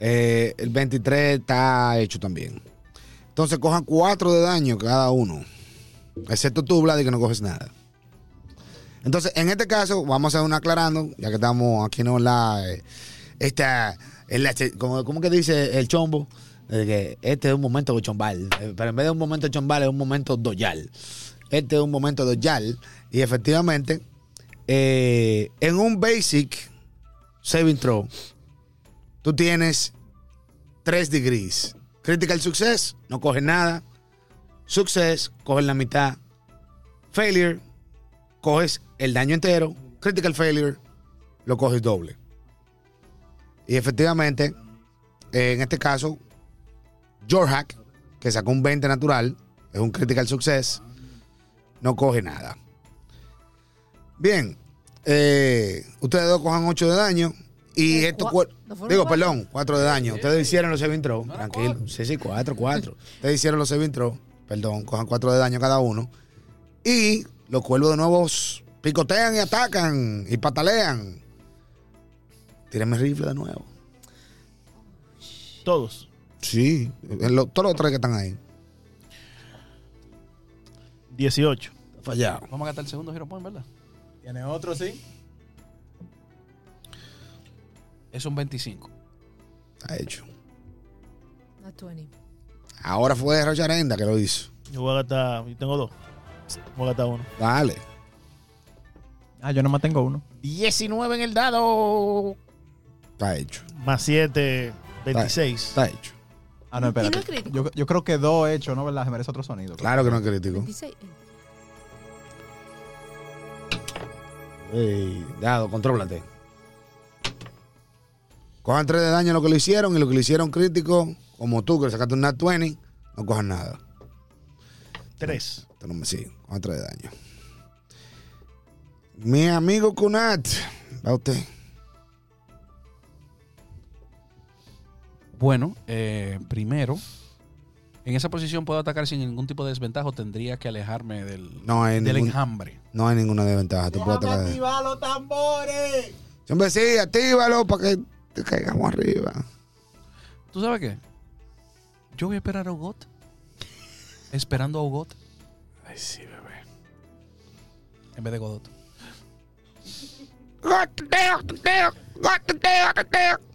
Eh, el 23 está hecho también. Entonces cojan 4 de daño cada uno. Excepto tú, Vlad, que no coges nada. Entonces, en este caso, vamos a hacer una aclarando, ya que estamos aquí no la. eh, Esta. en la- como, ¿Cómo que dice el chombo? Eh, que este es un momento chombal. Eh, Pero en vez de un momento chombal, es un momento doyal. Este es un momento doyal. Y efectivamente, eh, en un basic saving throw, tú tienes 3 degrees. Critical success, no coges nada. Success, coges la mitad. Failure, coges el daño entero. Critical failure, lo coges doble. Y efectivamente, eh, en este caso, Jorhack, que sacó un 20 natural, es un critical success, no coge nada. Bien, eh, ustedes dos cojan 8 de daño. Y
Eh,
esto,
cua-
cuer-
¿no fueron
digo,
cuatro?
perdón, 4 de daño. Ustedes hicieron los saving throw. Tranquilo. Sí, sí, 4, 4. Ustedes hicieron los saving throw. Perdón, cojan 4 de daño cada uno. Y los cuervos de nuevo s- picotean y atacan y patalean. Tírenme rifle de nuevo.
Todos.
Sí, en lo- todos los tres que están ahí.
18.
Fallado.
Vamos a gastar el segundo hero point, ¿verdad?
Tiene otro, sí.
Es un 25.
Está hecho.
Not 20.
Ahora fue Rocha Arenda que lo hizo.
Yo voy a gastar, yo tengo dos. Voy a gastar uno.
Dale.
Ah, yo nomás tengo uno.
19 en el dado.
Está hecho.
Más 7, 26.
Está hecho.
Ah, no,
¿Y no
espérate.
es crítico?
Yo, yo creo que dos hechos, ¿no? ¿Verdad? Se merece otro sonido.
Claro que no es crítico.
26.
Ey, dado, contrólate. Cojan tres de daño lo que lo hicieron y lo que lo hicieron crítico, como tú que le sacaste un Nat 20, no cojan nada.
3.
Esto no me sigue. Cojan tres de daño. Mi amigo Kunat, va usted.
Bueno, eh, primero, en esa posición puedo atacar sin ningún tipo de desventaja o tendría que alejarme del,
No hay,
del
ningún-
enjambre.
no hay ninguna desventaja. Tú puedes atacar. de-
los tambores!
Siempre sí, actívalo para que te caigamos arriba.
¿Tú sabes qué? Yo voy a esperar a Ogot. Esperando a Ogot. Ay, sí, bebé. En vez de Godot.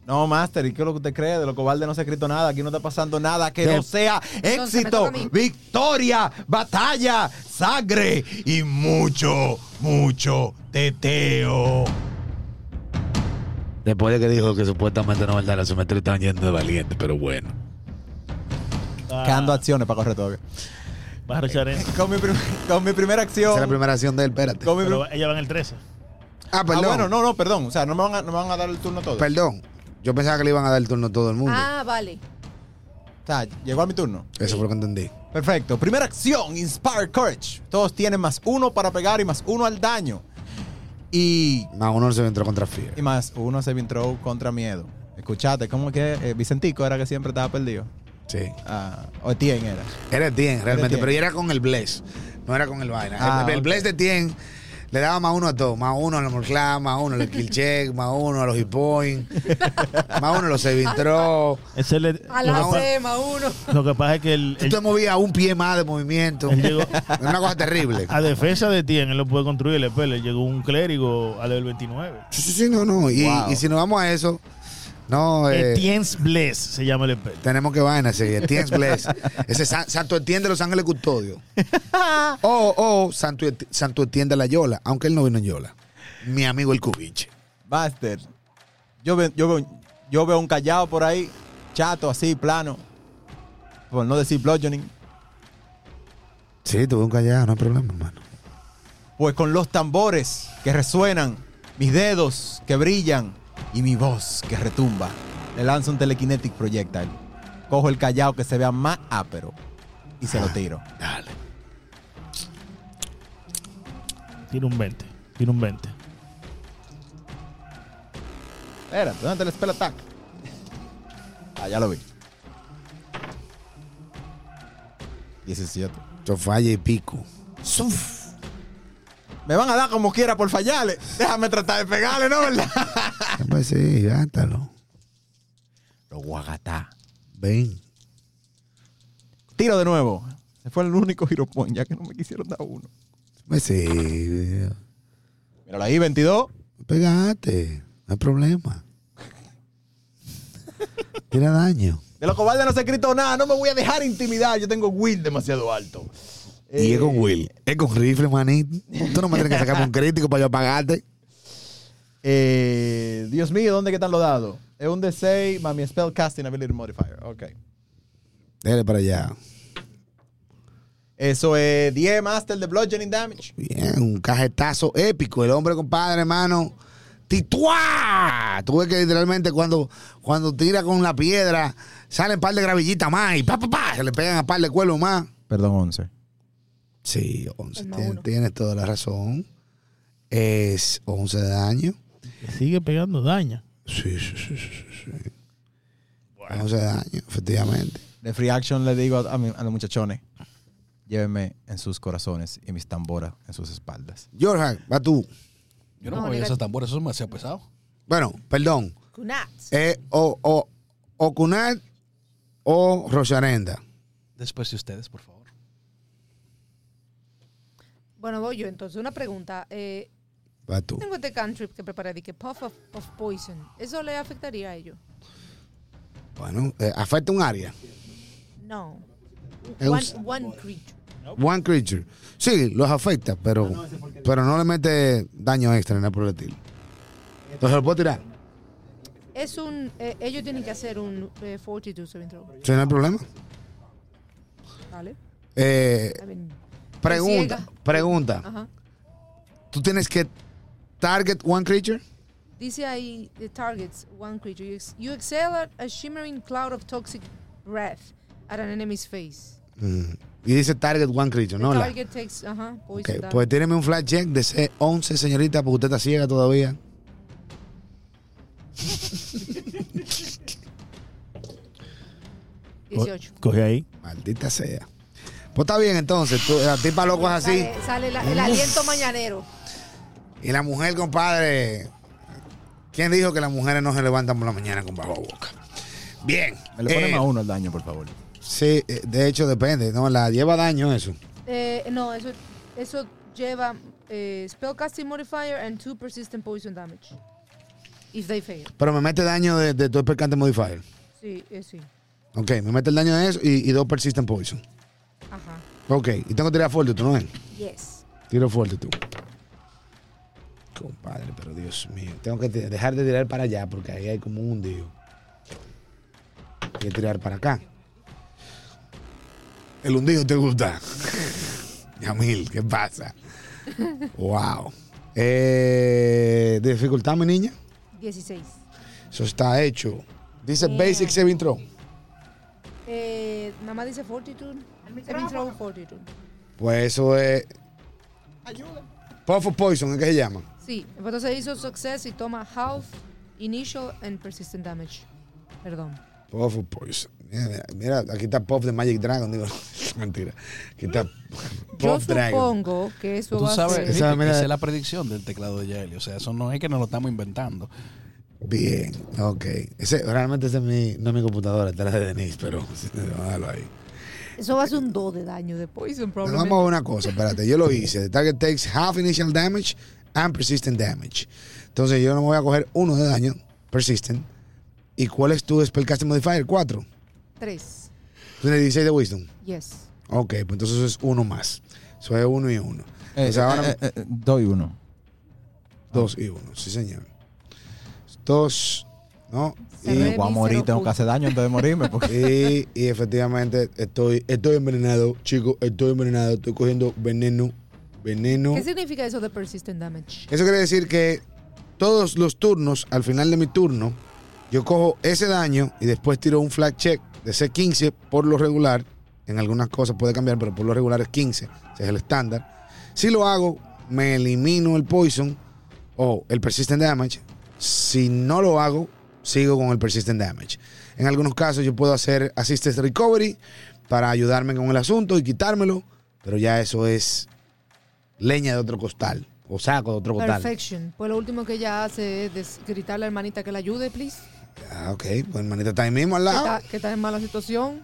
No, Master, ¿y qué es lo que usted cree? De lo cobarde no se ha escrito nada. Aquí no está pasando nada que
De-
no sea
Entonces me
éxito,
toca a mí.
victoria, batalla, sangre y mucho, mucho teteo.
Después de que dijo que supuestamente no verdad, la simetría están yendo de valiente, pero bueno.
Quedando acciones para correr todavía.
Baja Rocha Arena.
Con mi, prim- con mi primera acción.
Esa es la primera acción de él, espérate.
con mi prim-
Pero ella va en el 13.
Ah,
Ah,
perdón.
bueno, no, no, perdón. O sea, no me van a, no me van a dar el turno todo.
Perdón. Yo pensaba que le iban a dar el turno a todo el mundo.
Ah, vale.
Eh,
O sea, llegó a mi turno.
Eso fue lo que entendí.
Perfecto. Primera acción, Inspire Courage. Todos tienen más uno para pegar y más uno al daño. Y
Más uno se entró contra Fear.
Y más, uno se vintró contra miedo. Escuchate, ¿cómo que eh, Vicentico era que siempre estaba perdido?
Sí.
Ah, o Tien era.
Era Tien, realmente,
Tien.
pero era con el Bless. No era con el vaina.
Ah,
el el
ok.
Bless de Tien le daba más uno a todo. Más uno a los Morclav, más uno al Kill Check, más uno a los Hit Point, más uno a los Saving Throw.
Ese es el-
A
lo,
la
que pa-
SEMA, uno.
lo que pasa es que el,
Tú
el-
te movías un pie más de movimiento.
él llegó
Era una cosa terrible.
a defensa de ti, él lo puede construir el EPL. Llegó un clérigo al level 29.
Sí, sí, sí, no, no. Y,
Wow.
y si nos vamos a eso, no. eh,
Etienne's Bless se llama el EPL.
Tenemos que vaina seguir. Tienes Bless. Ese sa- Santo Etienne de los Ángeles Custodio. O, o Santo, Eti- Santo Etienne de la Yola, aunque él no vino en Yola. Mi amigo el Cubiche.
Master, yo, ve- yo, veo, yo veo un callado por ahí, chato, así, plano. Por no decir bludgeoning.
Sí, tuve un callado, no hay problema, hermano.
Pues con los tambores que resuenan, mis dedos que brillan y mi voz que retumba, le lanzo un telekinetic projectile. Cojo el callado que se vea más ápero y se lo tiro.
Dale.
Tiene un 20. Tiene un 20.
Espera, ¿dónde está el spell attack? Ah, ya lo vi. 17.
Yo falla y pico. Suf.
Me van a dar como quiera por fallarle. Déjame tratar de pegarle, ¿no, verdad?
Pues sí, gástalo.
Lo voy a gastar.
Ven.
Tiro de nuevo. Se fue el único hero point, ya que no me quisieron dar uno.
Pues sí.
Míralo ahí, 22.
Pegate. No hay problema. Tira daño.
De los cobardes no se ha escrito nada. No me voy a dejar intimidar. Yo tengo will demasiado alto.
Y
Eh,
es con Will. Es con rifle, manito. Tú no me tienes que sacar un crítico para yo apagarte.
eh, Dios mío, ¿dónde que están los dados? Es un D6 más mi spellcasting ability modifier. Ok.
Dale para allá.
Eso es 10 master de bludgeoning damage.
Bien, un cajetazo épico. El hombre, compadre, hermano. ¡Tituá! Tuve que literalmente cuando, cuando tira con la piedra, salen un par de gravillitas más y pa, pa, pa, se le pegan a par de cuervos más.
Perdón, 11.
Sí, 11.
Alma
Tien-
uno.
tienes toda la razón. Es 11 de daño.
Sigue pegando daño.
Sí, sí, sí, sí. sí, sí. 11 de daño, efectivamente.
De Free Action le digo a, a mi- a los muchachones, llévenme en sus corazones y mis tamboras en sus espaldas.
Jorge, va tú.
Yo no,
No,
me voy a
negativo.
esos tambores, eso es demasiado pesado.
Bueno, perdón.
Kunat.
Eh, o, o, o Cunat o Rosarenda.
Después de ustedes, por favor.
Bueno, voy yo entonces. Una pregunta. Eh,
Va tú.
tengo este cantrip que preparé, de que puff of, of poison. ¿Eso le afectaría a ellos?
Bueno, eh, afecta un área.
No.
Es un-
One, one creature.
One creature. Sí, los afecta, pero, pero no le mete daño extra en el por el estilo. Entonces lo puedo tirar.
Es un. eh, ellos tienen que hacer un eh, fortitude saving throw.
Sí, no hay problema.
¿Vale?
Eh,
I mean,
pregunta,
ciega.
pregunta.
ajá.
¿Tú tienes que target one creature?
Dice ahí, the targets one creature. You, ex- you exhale a, a shimmering cloud of toxic breath at an enemy's face.
Mm. Y dice target one creature,
The
¿no? La-
target takes, ajá, poison
Ok,
damage.
pues tíreme un flat check de C11, señorita, porque usted está ciega todavía.
Co-
18.
Coge ahí.
Maldita sea. Pues está bien, entonces. Tú, la tipa loco es así.
Sale, sale la- el aliento mañanero.
Y la mujer, compadre. ¿Quién dijo que las mujeres no se levantan por la mañana con bajo boca? Bien.
Me le ponen
eh,
a uno el daño, por favor.
Sí, eh, de hecho depende. No, la lleva daño eso.
Eh, no, eso, eso lleva eh, spellcasting modifier and two persistent poison damage. If they fail.
Pero me mete daño de, de dos percantes modifier.
Sí, eh, sí.
Ok, me mete el daño de eso y, y dos persistent poison.
Ajá.
Ok, y tengo que tirar fuerte, ¿tú no es?
Yes.
Tiro fuerte tú. Compadre, pero Dios mío. Tengo que te- dejar de tirar para allá porque ahí hay como un hundido. Hay que tirar para acá. El hundido te gusta. Yamil, ¿qué pasa? wow. Eh, dificultad, mi niña.
16.
Eso está hecho. Dice Basic Saving Throw.
Eh, nada más dice fortitude. Saving throw fortitude.
Pues eso es. Puff of Poison, ¿es que se llama?
Sí, entonces hizo success y toma half initial and persistent damage. Perdón.
Puff of Poison. Mira, mira, mira, aquí está Puff de Magic Dragon. Digo, mentira. Aquí está
Yo
Puff Dragon.
supongo que eso
Tú
va
sabes,
a ser.
Ricky,
Esa,
que
mira-
esa es la predicción del teclado de Yaeli. O sea, eso no es que nos lo estamos inventando.
Bien, ok. Ese, realmente ese es mi, no es mi computadora, está la de Denise, pero vamos a dejarlo ahí.
Eso va a ser un 2 de daño de poison,
Pero
probablemente.
vamos a ver una cosa, espérate. Yo lo hice. The target takes half initial damage and persistent damage. Entonces yo no me voy a coger uno de daño, persistent. ¿Y cuál es tu spellcasting modifier? Cuatro.
3.
Tú tienes 16 de wisdom.
Yes.
Ok, pues entonces eso es uno más. Eso es uno y uno.
Eh,
Entonces ahora
eh, eh, eh, doy uno.
dos y uno, sí señor. Dos, ¿no?
Se
Y
ve
Y,
voy a morir,
mísero
tengo que
punto.
hacer daño antes de morirme. Porque...
y, y efectivamente estoy, estoy envenenado, chicos, estoy envenenado, estoy cogiendo veneno, veneno.
¿Qué significa eso de persistent damage?
Eso quiere decir que todos los turnos, al final de mi turno, yo cojo ese daño y después tiro un flat check de C15 por lo regular. En algunas cosas puede cambiar, pero por lo regular es 15. Ese es el estándar. Si lo hago, me elimino el poison o el persistent damage. Si no lo hago, sigo con el persistent damage. En algunos casos yo puedo hacer assisted recovery para ayudarme con el asunto y quitármelo, pero ya eso es leña de otro costal o saco de otro costal.
Perfection. Pues lo último que ella hace es des- gritarle a la hermanita que la ayude, please.
Ah, ok, pues hermanita está ahí mismo al
Que
lado.
está, que está en mala situación.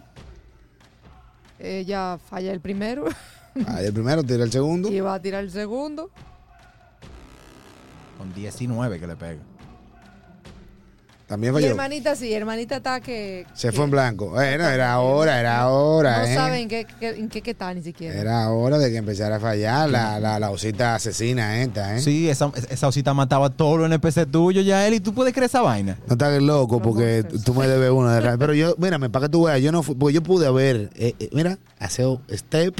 Ella falla el primero
Ah, el primero tira el segundo.
y va a tirar el segundo.
Con 19 que le pega.
También
Y
falló.
hermanita sí, hermanita está que...
Se
que
fue en blanco. Bueno, era ahora, era ahora.
No
eh.
saben qué, qué- en qué, qué está ni siquiera.
Era hora de que empezara a fallar la, la, la osita asesina esta, ¿eh?
Sí, esa, esa osita mataba a todos los NPC tuyos, ya él, y tú puedes creer esa vaina.
No estás loco
Los
porque
monsters.
tú me debes una de real. Pero yo, mírame, para que tú veas, yo no fui, porque yo pude haber, eh, eh, mira, hacer un step,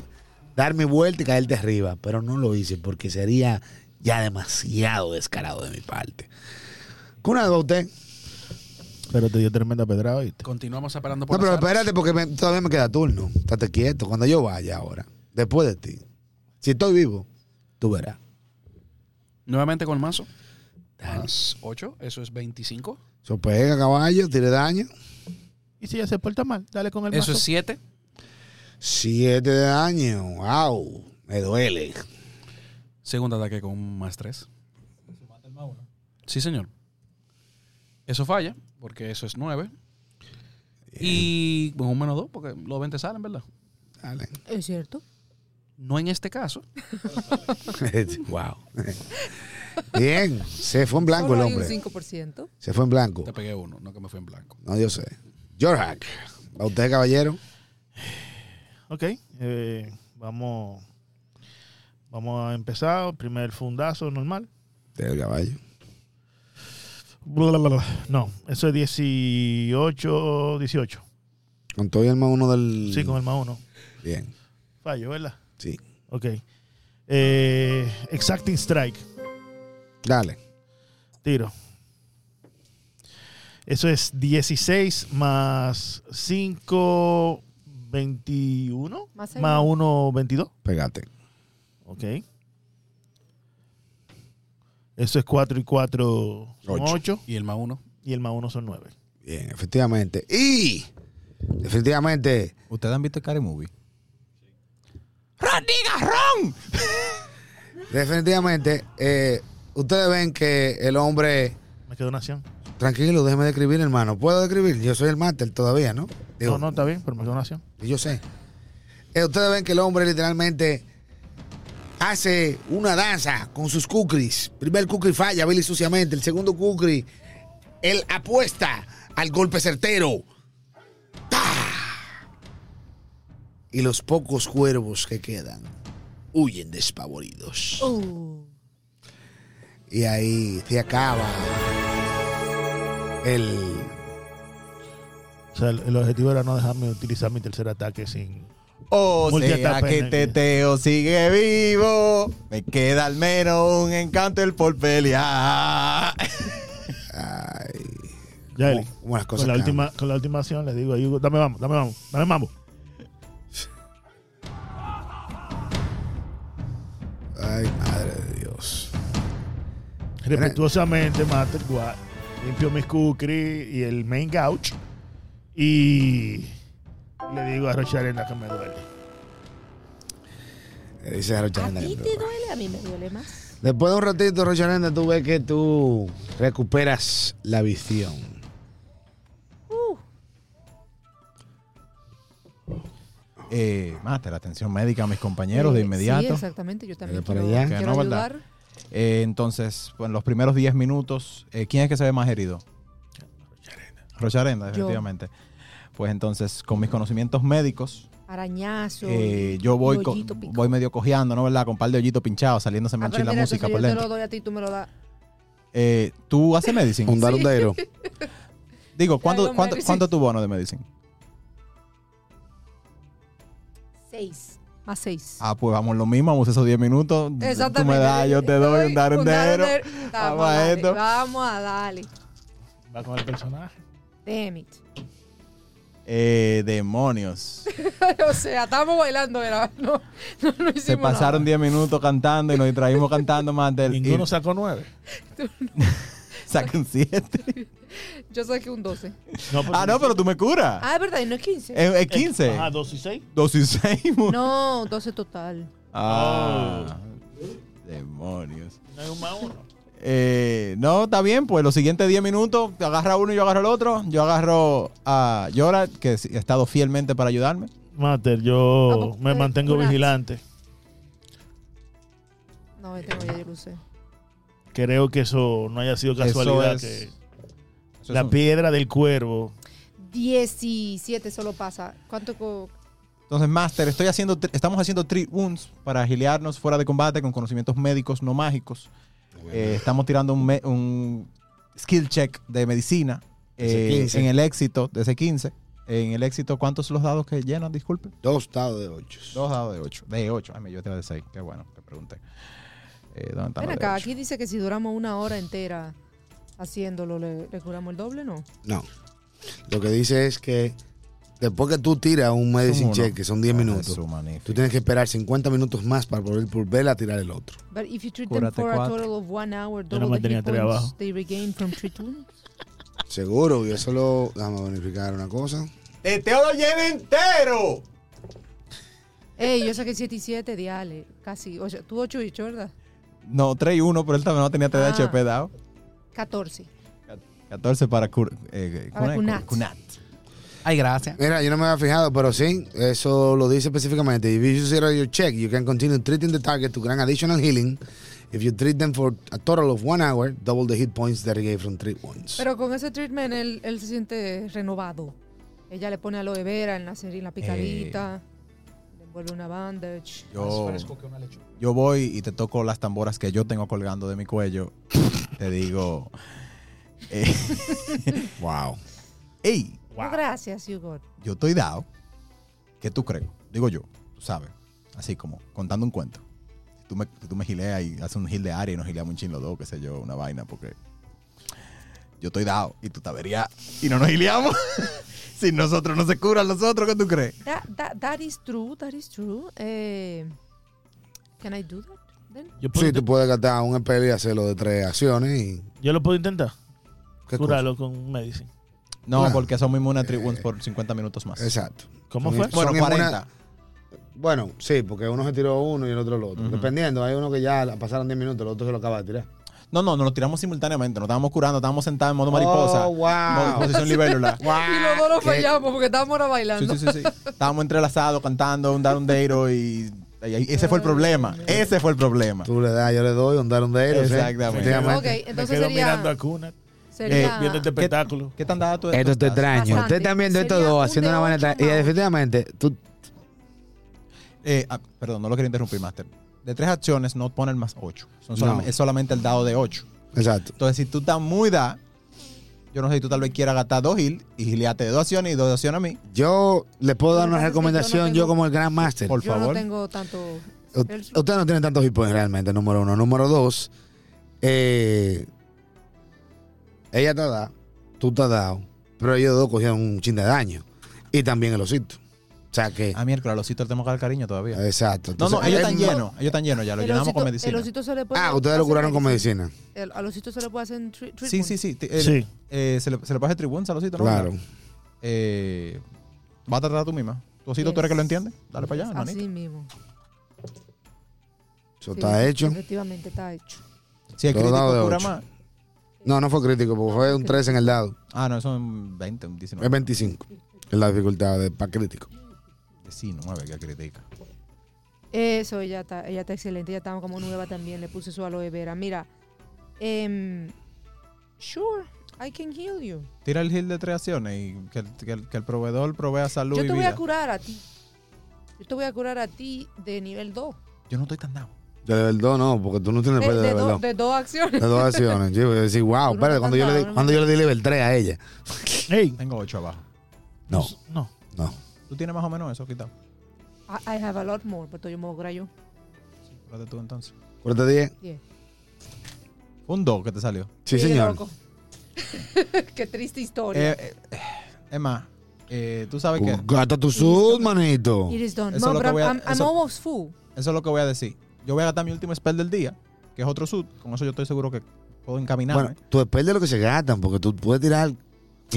dar mi vuelta y caerte arriba, pero no lo hice porque sería ya demasiado descarado de mi parte. ¿Cuna de usted?
Pero te dio tremenda pedrada, ¿viste?
Continuamos apelando por
No, pero
las armas.
espérate porque me- todavía me queda turno. Estate quieto. Cuando yo vaya ahora, después de ti, si estoy vivo, tú verás.
Nuevamente con el mazo. Más 8, eso es 25.
Eso pega, caballo, tire daño.
Y si ella se porta mal, dale con el
Eso
mazo.
es 7.
Siete de daño. Wow, me duele.
Segundo ataque con un más 3. Sí, señor. Eso falla, porque eso es 9. Eh. Y con un menos 2, porque los 20 salen, ¿verdad?
Dale.
Es cierto.
No en este caso.
wow.
Bien, se fue en blanco el
Solo hay un
hombre.
5%.
Se fue en blanco.
Te pegué uno, no que me fue en blanco.
No, yo sé. George Hack. ¿A usted, caballero?
Ok, eh, vamos, vamos a empezar. Primer fundazo normal.
Del caballo.
Bla, bla, bla, bla. No, eso es 18, 18.
Con todo y el más uno del.
Sí, con el más uno.
Bien,
Fallo, ¿verdad?
sí.
Ok. Eh, exacting strike.
Dale.
Tiro. Eso es 16 más 5, 21.
Más seis,
Más
¿no?
1, 22.
Pégate.
Ok. Eso es 4 y 4 son
Ocho.
8.
Y el más uno.
Y el más 1 son 9.
Bien, efectivamente. Y. Definitivamente.
¿Ustedes han visto el Cari Movie?
Definitivamente. eh, ustedes ven que el hombre.
Me quedó una acción.
Tranquilo, déjeme describir, hermano. ¿Puedo describir? Yo soy el máster todavía, ¿no? Digo,
No, no, está bien, pero me quedó una acción.
Y Yo sé. Eh, ustedes ven que el hombre literalmente hace una danza con sus kukris. Primer kukri falla, Billy suciamente. El segundo kukri, él apuesta al golpe certero. ¡Pah! Y los pocos cuervos que quedan huyen despavoridos. Y ahí se acaba el
O sea, el, el objetivo era no dejarme utilizar mi tercer ataque sin.
O sea
Multietape,
que
¿no?
Teteo sigue vivo. Me queda al menos un encanto el por pelear.
Yaeli,
Como- como las cosas
con, la
cambian.
última, con la última acción le digo a Hugo, dame vamos, dame vamos, dame mambo.
Ay, madre de Dios.
Respetuosamente mato el guard, limpio mis kukri y el main gouch y le digo a Rocharena que me duele.
Eh, Dice Harold
¿A
Chanel
ti
que-
te duele? A mí me duele más.
Después de un ratito, Rochananda, tú ves que tú recuperas la visión.
Uh,
Eh, máster, atención médica a mis compañeros de
sí, Sí,
inmediato. Eh,
exactamente. Yo también
Dale para
quiero,
allá.
quiero
Que no, ¿verdad?
ayudar.
Eh, entonces, pues, en los primeros 10 minutos, eh, ¿quién es que se ve más herido? Rocharenda,
Yo.
definitivamente. Pues entonces, con mis conocimientos médicos,
Arañazo.
eh, yo voy, co-
hoyito, pico.
voy medio cojeando, ¿no? ¿Verdad? Con un par de hoyitos pinchados, saliéndose
Ah,
manchín
pero
la
mira,
música
entonces
por
yo te lo
dentro.
doy a ti, tú me lo das.
Eh, ¿Tú haces medicine?
Un darundero.
Digo,
Hago
¿cuánto, cuánto,
medicine.
cuánto es tu bono de medicine?
Seis. Más seis.
Ah, pues vamos lo mismo, vamos esos 10 minutos.
Exactamente.
Tú me das, yo te doy un darundero.
darundero.
Vamos
Vamos a
a
darle,
esto.
Vamos a darle.
Va con el personaje.
Damn it.
Eh, demonios.
o sea, estamos bailando, era- No, no, no hicimos
Se pasaron 10 minutos cantando y nos distraímos cantando más del. Y
Ninguno sacó nueve.
sacan 7.
nada. Yo saqué un 12.
pues
Ah, no, pero tú me curas.
Ah, es verdad, y no es 15.
Es, es 15.
Ah, dos y seis.
2 y 6.
No, 12 total.
Ah. Demonios.
Oh. No hay un más uno.
Eh, no, está bien, pues los siguientes 10 minutos, te agarra uno y yo agarro el otro. Yo agarro a Yora, que ha estado fielmente para ayudarme.
Mater, yo
Vamos,
me
eh,
mantengo
una-
vigilante.
No, este no, ya yo lo usé.
Creo que eso no haya sido casualidad. que
eso
la
es un-
piedra del cuervo.
17 solo pasa. ¿Cuánto? co-
Entonces, Master, estoy haciendo, tri- estamos haciendo three wounds para agiliarnos fuera de combate con conocimientos médicos no mágicos. Eh, estamos tirando un, me- un skill check de medicina
Ese
eh,
15.
en el éxito, de ese 15. En el éxito, ¿cuántos los dados que llenan? Disculpe.
Dos dados de ocho.
Dos dados de 8. De 8. Ay, yo tengo de 6. Qué bueno que pregunté. Eh, ¿Dónde están
Ven
los de
acá,
ocho?
aquí dice que si duramos una hora entera haciéndolo, ¿le, le curamos el doble? No.
No. Lo que dice es que después que tú tiras un medicine
Uno.
check, que son 10
Ah,
minutos,
su magnífico.
tú tienes que esperar 50 minutos más para volver, volver a tirar el otro.
But if you treat them
Cúrate
for a
cuatro.
total of one hour,
Yo no
double the
mantenía
hit
tres
points
abajo.
they regain from treatment.
Seguro, yo solo. Déjame verificar una cosa.
¡Teteo lo ¡Eh, llena entero!
Ey, yo saqué 7 y 7, diale. Casi. O sea, tú 8 y 8, ¿verdad?
No, 3 y 1, pero él también no tenía TDHP
Ah.
dado.
14.
14 para, cur- eh, cuna-
Para Cunat.
Cunat.
Ay, gracias.
Mira, yo no me había fijado, pero sí, eso lo dice específicamente. If you zero your check, you can continue treating the target to grant additional healing. If you treat them for a total of one hour, double the hit points that he gave from three wounds.
Pero con ese treatment él, él se siente renovado. Ella le pone aloe vera en la, en la picadita, le envuelve una bandage.
Yo, yo voy y te toco las tamboras que yo tengo colgando de mi cuello. Te digo. eh,
wow.
¡Ey!
No, gracias, Hugo.
Yo estoy dado. ¿Qué tú crees? Digo yo, tú sabes. Así como contando un cuento. Si tú me, si tú me gileas y haces un gil de área y nos gileamos un chin los dos, qué sé yo, una vaina, porque yo estoy dado y tú te averías y no nos gileamos. si nosotros no se curan los otros, ¿qué tú crees?
That, that, that is true, that is true. Eh, can I do that then?
Yo puedo,
Sí, tú puedes gastar un spell y hacerlo de tres acciones y.
yo lo puedo intentar.
¿qué
Curarlo con medicine.
No,
Claro.
porque somos inmunes a three wounds por 50 minutos más.
cosa? Exacto.
¿Cómo
Son-
fue?
Bueno,
son
40.
inmunes- Bueno, sí, porque uno se tiró uno y el otro el otro. Dependiendo, hay uno que ya pasaron 10 minutos, el otro se lo acaba de tirar.
No, no, nos lo tiramos simultáneamente. Nos estábamos curando, estábamos sentados en modo mariposa.
Oh, wow.
Modo posición libélula.
Y los dos lo
¿Qué?
fallamos porque estábamos ahora
Sí,
bailando.
sí, sí, sí. Estábamos entrelazados, cantando, un dar un deiro y, y ahí- ese fue el problema. Ese fue el problema.
Tú le das, yo le doy, un dar un dedo. sí.
Exactamente.
Efectivamente.
Ok, Eh, entonces
me quedo
sería-
mirando a Cuna,
Sería,
viendo este espectáculo.
¿Qué tan dada tú
Esto está
tú estás?
extraño.
Bastante.
Ustedes están viendo estos
Sería
dos
un
haciendo una
de
buena.
ocho
tra- Y
más.
definitivamente, tú.
Eh, ah, perdón, no lo quería interrumpir, Master. De tres acciones no ponen más ocho. Son solam-
No.
Es solamente el dado de ocho.
Exacto.
Entonces, si tú estás muy da, yo no sé si tú tal vez quieras gastar dos gil y gileate de dos acciones y dos acciones a mí.
Yo le puedo dar
Lo que
una
pasa es que yo no
recomendación, yo
tengo-
como el Gran Master.
Por
yo
favor.
no tengo tanto... spells.
U- Ustedes no tienen tantos hit points realmente, número uno. Número dos, eh, ella te ha dado, tú te has dado, pero ellos dos cogieron un chin de daño. Y también el osito. O sea que.
Ah, miércoles, los sitios tenemos que dar cariño todavía.
Exacto.
No, no,
Eh, Entonces, eh,
ellos
es
están
más-
llenos. Ellos están llenos ya. Lo
El
llenamos
osito-
con medicina.
El osito se le puede
Ah, ustedes lo
hacer
curaron con medicina.
El- al osito se le puede hacer un tri-
Sí,
treatment.
sí, sí. Te- el-
Sí.
eh, se, le, se le pasa el tribunes al osito, ¿no?
Claro.
Eh, vas a tratar tú misma. Tu osito, tú eres que lo entiende. Dale para allá, hermanito.
Así mismo.
Eso
Sí,
está hecho.
Efectivamente, está hecho.
Si el
Todo
crítico
dado de
cura
ocho.
más.
No, no fue crítico, porque fue un 3 en el dado.
Ah, no, eso es un 20, un 19.
Es 25. Es la dificultad de para crítico.
19 que critica.
Eso, ella está, ella está excelente. Ella estaba como nueva también. Le puse su aloe vera. Mira. em, sure, I can heal you.
Tira el gil de tres acciones y que, el- que el- que el proveedor provea salud
Yo
y
te voy
vida.
a curar a ti. Yo te voy a curar a ti de nivel 2.
Yo no estoy tan dado.
De verdad no, porque tú no tienes
De,
fe
de
de
dos-
verdad.
de dos acciones.
De dos acciones. Yo voy a decir, wow,
Tú no
espérate,
te
cuando yo, le
has
di,
dado,
cuando yo le di level 3 a ella.
Ey,
Tengo 8 abajo.
No,
no.
no.
Tú tienes más o menos eso, quitado.
I, I have a lot more, pero yo me voy a curar yo.
Cúrate tú entonces.
Cuéntate 10.
Yeah.
Un 2 que te salió.
Sí,
Qué
señor.
loco. Qué triste historia.
Eh, eh, eh, es más, eh, tú sabes que
Uh, Gasta tu sud, manito.
It is done.
eso
No,
lo que
pero
voy a-
I'm, I'm
eso-
almost full.
eso es lo que voy a decir. Yo voy a gastar mi último spell del día, que es otro sud. Con eso yo estoy seguro que puedo encaminarme.
Bueno, tú depende de lo que se gastan, porque tú puedes tirar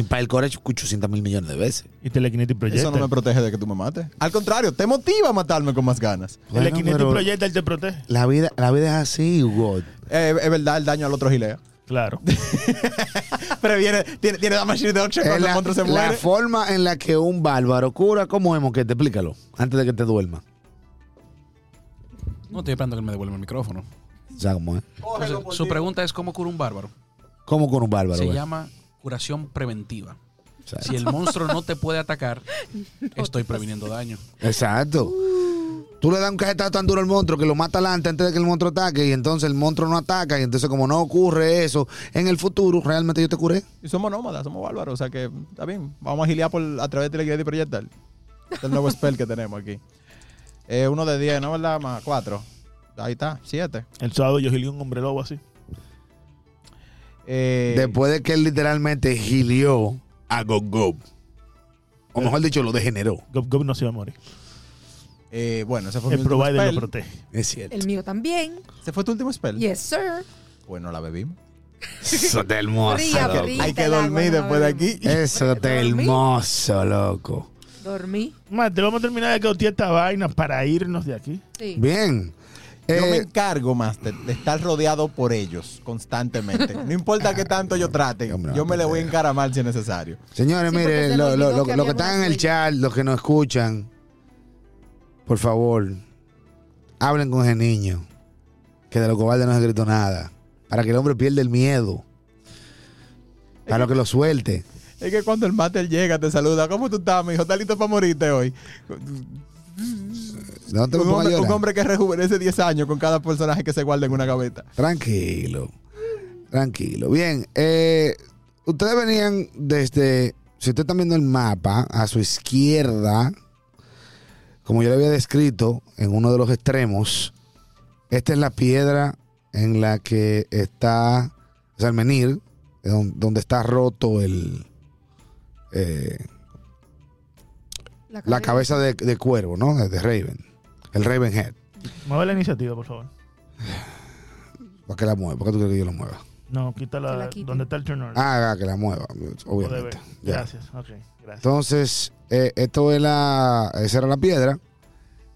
para el Core 800 mil millones de veces.
Y Telekinetic
Eso
Projector.
no me protege de que tú me mates. Al contrario, te motiva a matarme con más ganas.
Bueno,
Telekinetic
pero
Projector te protege.
la vida, la vida es así, Hugo.
Eh, es verdad, el daño al otro gilea.
Claro.
Pero viene, tiene, tiene damage reduction
Es
cuando el
la,
monstruo se
la
muere.
forma en la que un bárbaro cura, ¿cómo es, Moquete? Explícalo, antes de que te duerma.
No estoy esperando que él me devuelva el micrófono.
O sea, ¿cómo es?
Entonces, su pregunta es: ¿cómo cura un bárbaro?
¿Cómo con un bárbaro?
Se
güey?
llama curación preventiva.
Exacto.
Si el monstruo no te puede atacar, estoy previniendo daño.
Exacto. Tú le das un cajetazo tan duro al monstruo que lo mata adelante antes de que el monstruo ataque y entonces el monstruo no ataca y entonces como no ocurre eso en el futuro, realmente yo te curé.
Y somos nómadas, somos bárbaros. O sea que está bien. Vamos a gilear por, a través de Telekinetic Projectile. Este Es el nuevo spell que tenemos aquí. Eh, uno de 10, ¿no verdad? Más 4. Ahí está, 7.
El sábado yo gilé un hombre lobo así.
Eh,
Después de que él literalmente gilió a Gogob. O mejor dicho, lo degeneró.
Gob Gob no se iba a morir.
bueno, ese fue mi
El
último
provider
spell.
lo protege.
Es cierto.
El mío también.
¿Ese fue tu último spell?
Yes, sir.
Bueno, la bebimos.
Eso está hermoso.
Fría,
loco.
fría.
Hay que
el agua,
dormir
la
después de
bebimos.
aquí.
Eso está hermoso, loco.
Dormí.
Mate, vamos a terminar de cautear esta vaina para irnos de aquí.
Sí.
Bien.
Yo me
Eh,
encargo, Master, de estar rodeado por ellos constantemente. No importa qué tanto yo trate,
Hombre,
yo me le voy a
pendejo.
encaramar si es necesario.
Señores,
Sí, porque
mire,
se
lo,
nos
lo-
olvidó
lo-
que
lo que
había
están en
una
el
ley.
chat, los que nos escuchan, por favor, hablen con ese niño, que de lo cobarde no se gritó nada, para que el hombre pierda el miedo, para que lo suelte.
Es que cuando el Master llega, te saluda. ¿Cómo tú estás, mijo? ¿Estás listo para morirte hoy?
No te lo
Un
pongas a
hombre, un
llorar.
hombre que rejuvenece 10 años con cada personaje que se guarda en una gaveta.
Tranquilo, tranquilo. Bien, eh, ustedes venían desde, si ustedes están viendo el mapa, a su izquierda, como yo le había descrito, en uno de los extremos, esta es la piedra en la que está, o sea, el menir, eh, don- donde está roto el, eh, la cabeza de, de cuervo, ¿no? De, de Raven, el Raven Head.
Mueve la iniciativa, por favor.
¿Para qué la mueve? ¿Por qué tú quieres que yo lo mueva?
No, quítala.
Que la
la
quite.
¿Dónde está el turn order?
Ah, que la mueva,
Joder,
obviamente. Ya.
Gracias. Ok, gracias.
Entonces, eh, esto es la. Esa era la piedra.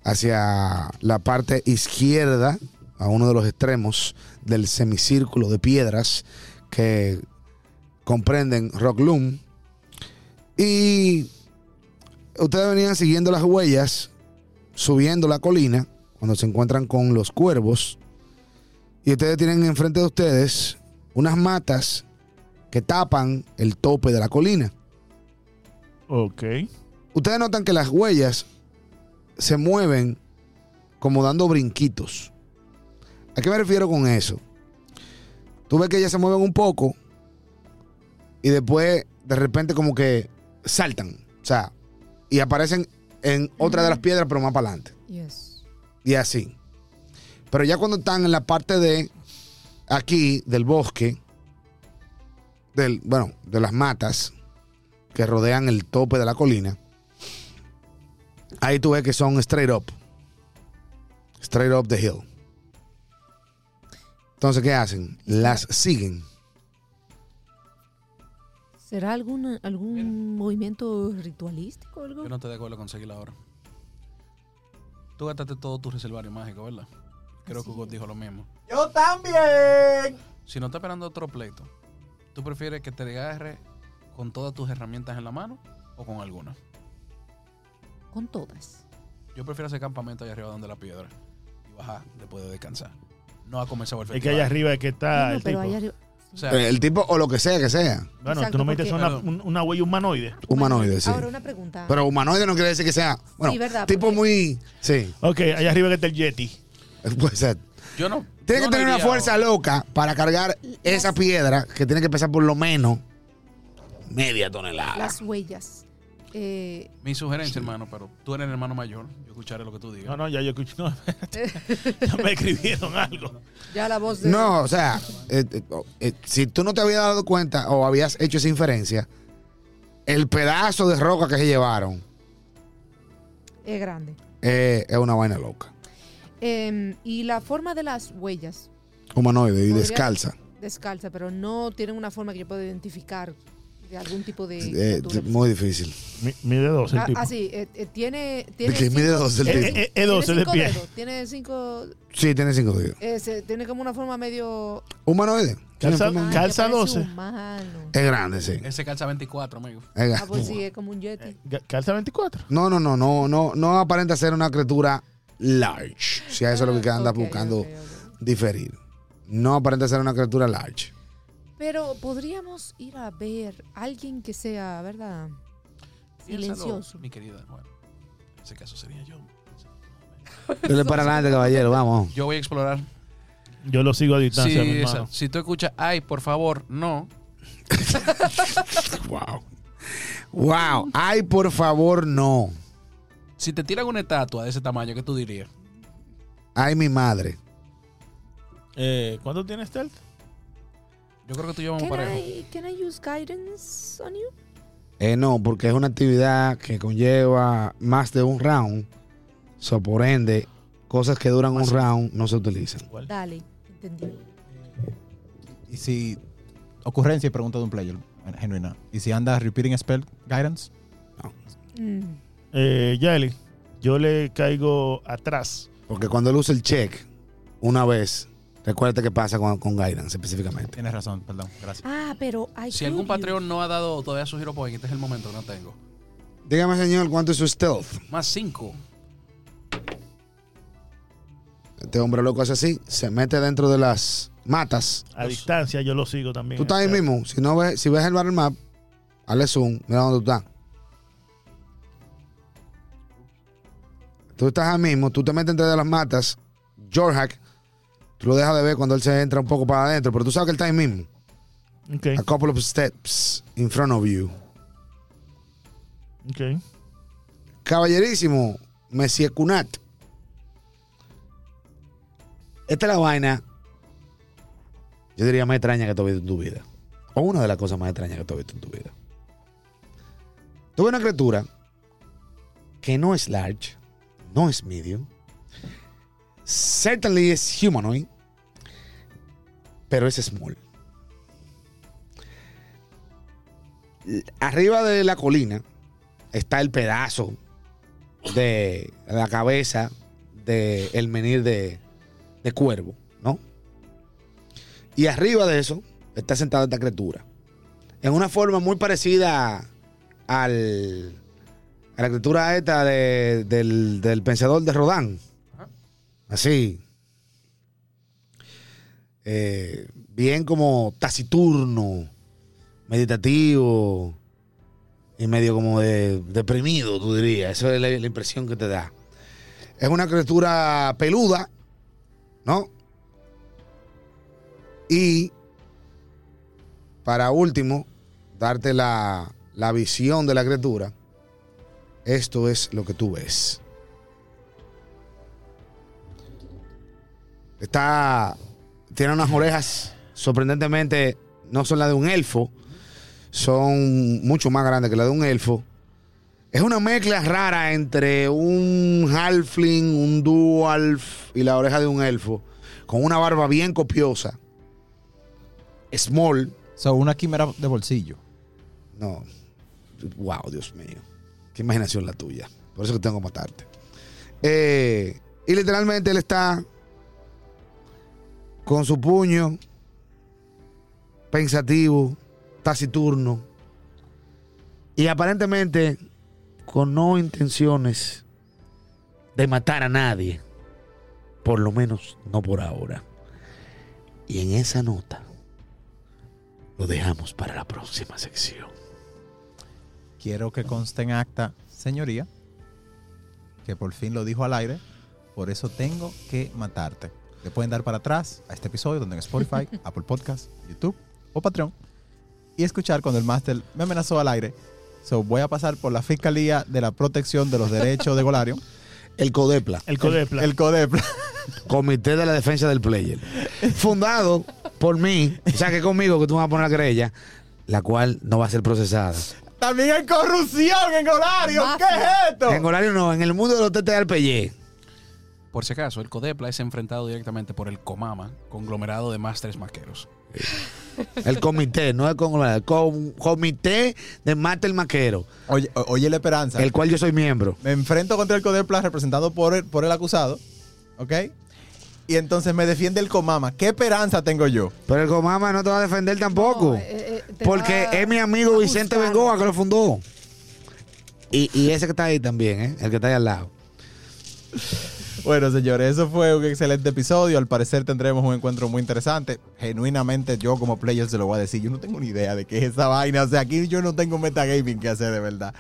Hacia la parte izquierda, a uno de los extremos del semicírculo de piedras que comprenden Rock Loom. Y ustedes venían siguiendo las huellas, subiendo la colina, cuando se encuentran con los cuervos. Y ustedes tienen enfrente de ustedes unas matas que tapan el tope de la colina.
Ok.
Ustedes notan que las huellas se mueven como dando brinquitos. ¿A qué me refiero con eso? Tú ves que ellas se mueven un poco y después de repente como que saltan. O sea, y aparecen en otra de las piedras pero más para adelante
Yes.
y así. Pero ya cuando están en la parte de aquí del bosque, del, bueno, de las matas que rodean el tope de la colina, ahí tú ves que son straight up. Straight up the hill. Entonces, ¿qué hacen? Las siguen.
¿Será alguna, algún movimiento ritualístico o algo?
Yo no estoy de acuerdo con seguir la hora. Tú gastaste todo tu reservario mágico, ¿verdad? Creo
Así
que Hugo
es.
dijo lo mismo.
¡Yo también!
Si no está esperando otro pleito, ¿tú prefieres que te agarre con todas tus herramientas en la mano o con alguna?
Con todas.
Yo prefiero hacer campamento allá arriba donde la piedra y bajar después de descansar. No ha comenzado el
Es
festival.
que allá arriba es que está
No, no,
el
pero
tipo.
allá arriba-
Ah, O sea,
Eh, El tipo o lo que sea que sea.
Bueno,
Exacto,
tú no metes
porque-
una, un- una huella humanoide.
Humanoide, sí.
Ahora una pregunta.
Pero humanoide no quiere decir que sea. Bueno,
Sí, verdad,
tipo
porque-
muy. Sí,
Ok, allá arriba que está el Yeti.
puede ser.
yo no.
Tiene que
yo no
tener una
iría-
fuerza loca para cargar esa piedra que tiene que pesar por lo menos media tonelada.
Las huellas. Eh,
Mi sugerencia, hermano, pero tú eres el hermano mayor. Yo escucharé lo que tú digas.
No, no, ya yo escuché. No, espérate. ya me escribieron algo.
ya la voz de...
No, o sea, eh, eh, oh, eh, si tú no te habías dado cuenta o habías hecho esa inferencia, el pedazo de roca que se llevaron
Es E grande.
eh, es una vaina loca.
Em, y la forma de las huellas,
Humanoide y
Podría-
descalza.
descalza, pero no tienen una forma que yo pueda identificar de algún tipo de...
Eh,
criatura.
muy difícil.
Mi- Mide 12 el
Ah,
tipo.
ah, sí, eh, eh, tiene...
¿De
tiene
que mide
cinco-
dos el
Eh,
tipo?
eh, eh, 12
tiene
de
cinco
pie.
dedos, tiene cinco...
Sí, tiene cinco dedos.
eh, se- tiene como una forma medio...
Humanoide. Tiene
Calza-
forma-
Ay,
Calza
que parece
12.
humano.
Es grande, sí.
Ese calza 24, amigo.
Es
Ah, pues sí,
grande.
es como un yeti.
Ga- Calza 24.
No, no, no, no, no, no aparenta ser una criatura large. Si a eso es lo que
Ah,
andas
ok,
buscando
ok, ok.
diferir. No aparenta ser una criatura large.
Pero podríamos ir a ver alguien que sea, ¿verdad?
Piénsalo,
Silencioso.
Mi querida. Bueno, en ese caso sería yo.
Dele para adelante, caballero, vamos.
Yo voy a explorar.
Yo lo sigo a distancia, mi
Sí,
hermano.
esa- si tú escuchas, ay, por favor, no.
Wow. Wow. Ay, por favor, no.
Si te tiran una estatua de ese tamaño, ¿qué tú dirías?
Ay, mi madre.
Eh, ¿Cuánto tiene Stealth?
Yo creo que tú y yo vamos
Can
parejo.
I, can I use guidance on you?
Eh, no, porque es una actividad que conlleva más de un round. So, por ende, cosas que duran un round no se utilizan.
Dale, entendí.
Y si ocurrencia y pregunta de un player, genuina. Y si anda repeating spell guidance,
Mm,
Eh, Yaeli, yo le caigo atrás.
Porque cuando él usa el check, una vez. Recuérdate qué pasa con, con Guidance específicamente.
Tienes razón, perdón, gracias.
Ah, pero hay
Si algún Patreon no ha dado todavía su giro point, este es el momento, no tengo.
Dígame, señor, ¿cuánto es su stealth?
Más 5.
Este hombre loco hace así, se mete dentro de las matas.
A distancia yo lo sigo también.
Tú estás ahí mismo. Si no ves, si ves el battle map, hazle zoom, mira dónde tú estás. Tú estás ahí mismo, tú te metes entre de las matas, Jorhack, tú lo dejas de ver cuando él se entra un poco para adentro, pero tú sabes que él está ahí mismo.
Ok,
A couple of steps in front of you.
ok.
Caballerísimo, Messie Cunat. Esta es la vaina. Yo diría más extraña que tú has visto en tu vida. O una de las cosas más extrañas que tú has visto en tu vida. Tuve una criatura que no es large, no es medium. Certainly es humanoid, pero es small. L- Arriba de la colina, está el pedazo de la cabeza del el menir de, de cuervo, ¿no? Y arriba de eso está sentada esta criatura. En una forma muy parecida al, a la criatura esta de- del, del pensador de Rodán. Así. Eh, bien como taciturno, meditativo y medio como de, deprimido, tú dirías. Esa es la, la impresión que te da. Es una criatura peluda, ¿no? Y para último, darte la, la visión de la criatura. Esto es lo que tú ves. Está. Tiene unas orejas sorprendentemente. No son las de un elfo son mucho más grandes que la de un elfo. Es una mezcla rara entre un halfling, un dwarf y la oreja de un elfo, con una barba bien copiosa. Small,
So, una quimera de bolsillo.
no. Wow, Dios mío. Qué imaginación la tuya. Por eso que tengo que matarte. Eh, y literalmente él está con su puño pensativo, taciturno y aparentemente con no intenciones de matar a nadie. Por lo menos no por ahora. Y en esa nota lo dejamos para la próxima sección.
Quiero que conste en acta, señoría, que por fin lo dijo al aire, por eso tengo que matarte. Le pueden dar para atrás a este episodio, donde en Spotify, Apple Podcast, YouTube o Patreon, y escuchar cuando el máster me amenazó al aire. So, voy a pasar por la Fiscalía de la Protección de los Derechos de Golario,
El Codepla.
El Codepla.
el CODEPLA.
Comité de la Defensa del Player. Fundado por mí, o sea que conmigo que tú vas a poner la querella, la cual no va a ser procesada.
También hay corrupción en Golario. ¿Qué es esto?
En horario no, en el mundo de los TT del PY.
Por si acaso, el Codepla es enfrentado directamente por el Comama, conglomerado de másteres maqueros.
El comité, no el conglomerado, el com- comité de Mate el Maquero,
Oye, o- oye la esperanza.
el cual yo soy miembro.
Me enfrento contra el Codepla representado por el, por el acusado, ¿ok? Y entonces me defiende el Comama. ¿Qué esperanza tengo yo?
Pero el Comama no te va a defender tampoco.
No, eh, eh, te
porque
va
es mi amigo
a
Vicente
juzgar.
Bengoa que lo fundó. Y, y ese que está ahí también, ¿eh? el que está ahí al lado.
Bueno, señores, eso fue un excelente episodio. Al parecer tendremos un encuentro muy interesante. Genuinamente, yo como player se lo voy a decir. Yo no tengo ni idea de qué es esa vaina. O sea, aquí yo no tengo metagaming que hacer de verdad.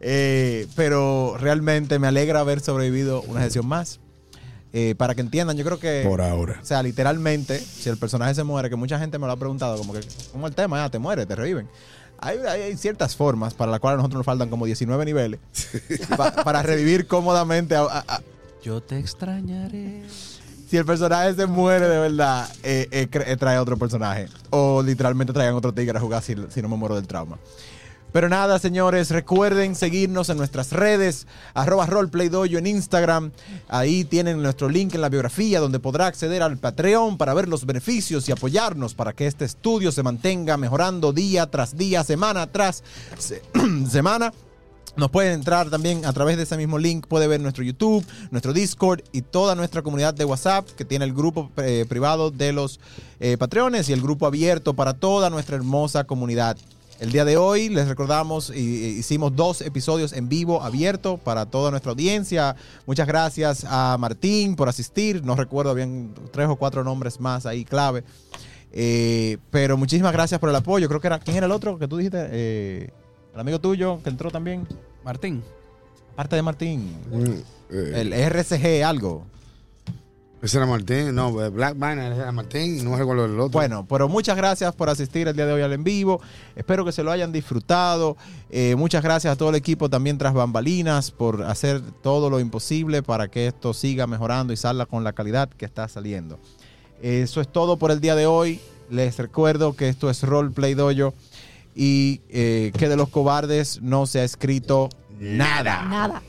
Eh, pero realmente me alegra haber sobrevivido una sesión más. Eh, para que entiendan, yo creo que...
ahora.
O sea, literalmente, si el personaje se muere, que mucha gente me lo ha preguntado, como que, ¿cómo el tema? Ah, te muere, te reviven. Hay, hay- hay ciertas formas para las cuales a nosotros nos faltan como 19 niveles pa- para revivir cómodamente. a- a- a-
Yo te extrañaré.
si el personaje se muere de verdad, eh, eh, cre- eh, trae otro personaje. O literalmente traigan otro tigre a jugar si, si no me muero del trauma. Pero nada, señores, recuerden seguirnos en nuestras redes, arroba roleplaydoyo en Instagram. Ahí tienen nuestro link en la biografía donde podrá acceder al Patreon para ver los beneficios y apoyarnos para que este estudio se mantenga mejorando día tras día, semana tras se- semana. Nos pueden entrar también a través de ese mismo link, puede ver nuestro YouTube, nuestro Discord y toda nuestra comunidad de WhatsApp que tiene el grupo eh, privado de los eh, Patreones y el grupo abierto para toda nuestra hermosa comunidad. El día de hoy les recordamos, y, e hicimos dos episodios en vivo abierto para toda nuestra audiencia. Muchas gracias a Martín por asistir. No recuerdo bien tres o cuatro nombres más ahí clave. Eh, pero muchísimas gracias por el apoyo. Creo que era. ¿Quién era el otro que tú dijiste? Eh, el amigo tuyo que entró también.
Martín.
Parte de Martín.
Mm, Eh.
El RCG algo.
Ese era Martín, no, eh, Black Banner ese era Martín, no recuerdo el otro.
Bueno, pero muchas gracias por asistir el día de hoy al en vivo. Espero que se lo hayan disfrutado. Eh, muchas gracias a todo el equipo también tras bambalinas por hacer todo lo imposible para que esto siga mejorando y salga con la calidad que está saliendo. Eso es todo por el día de hoy. Les recuerdo que esto es Roleplay Dojo y eh, que de los cobardes no se ha escrito nada.
Nada.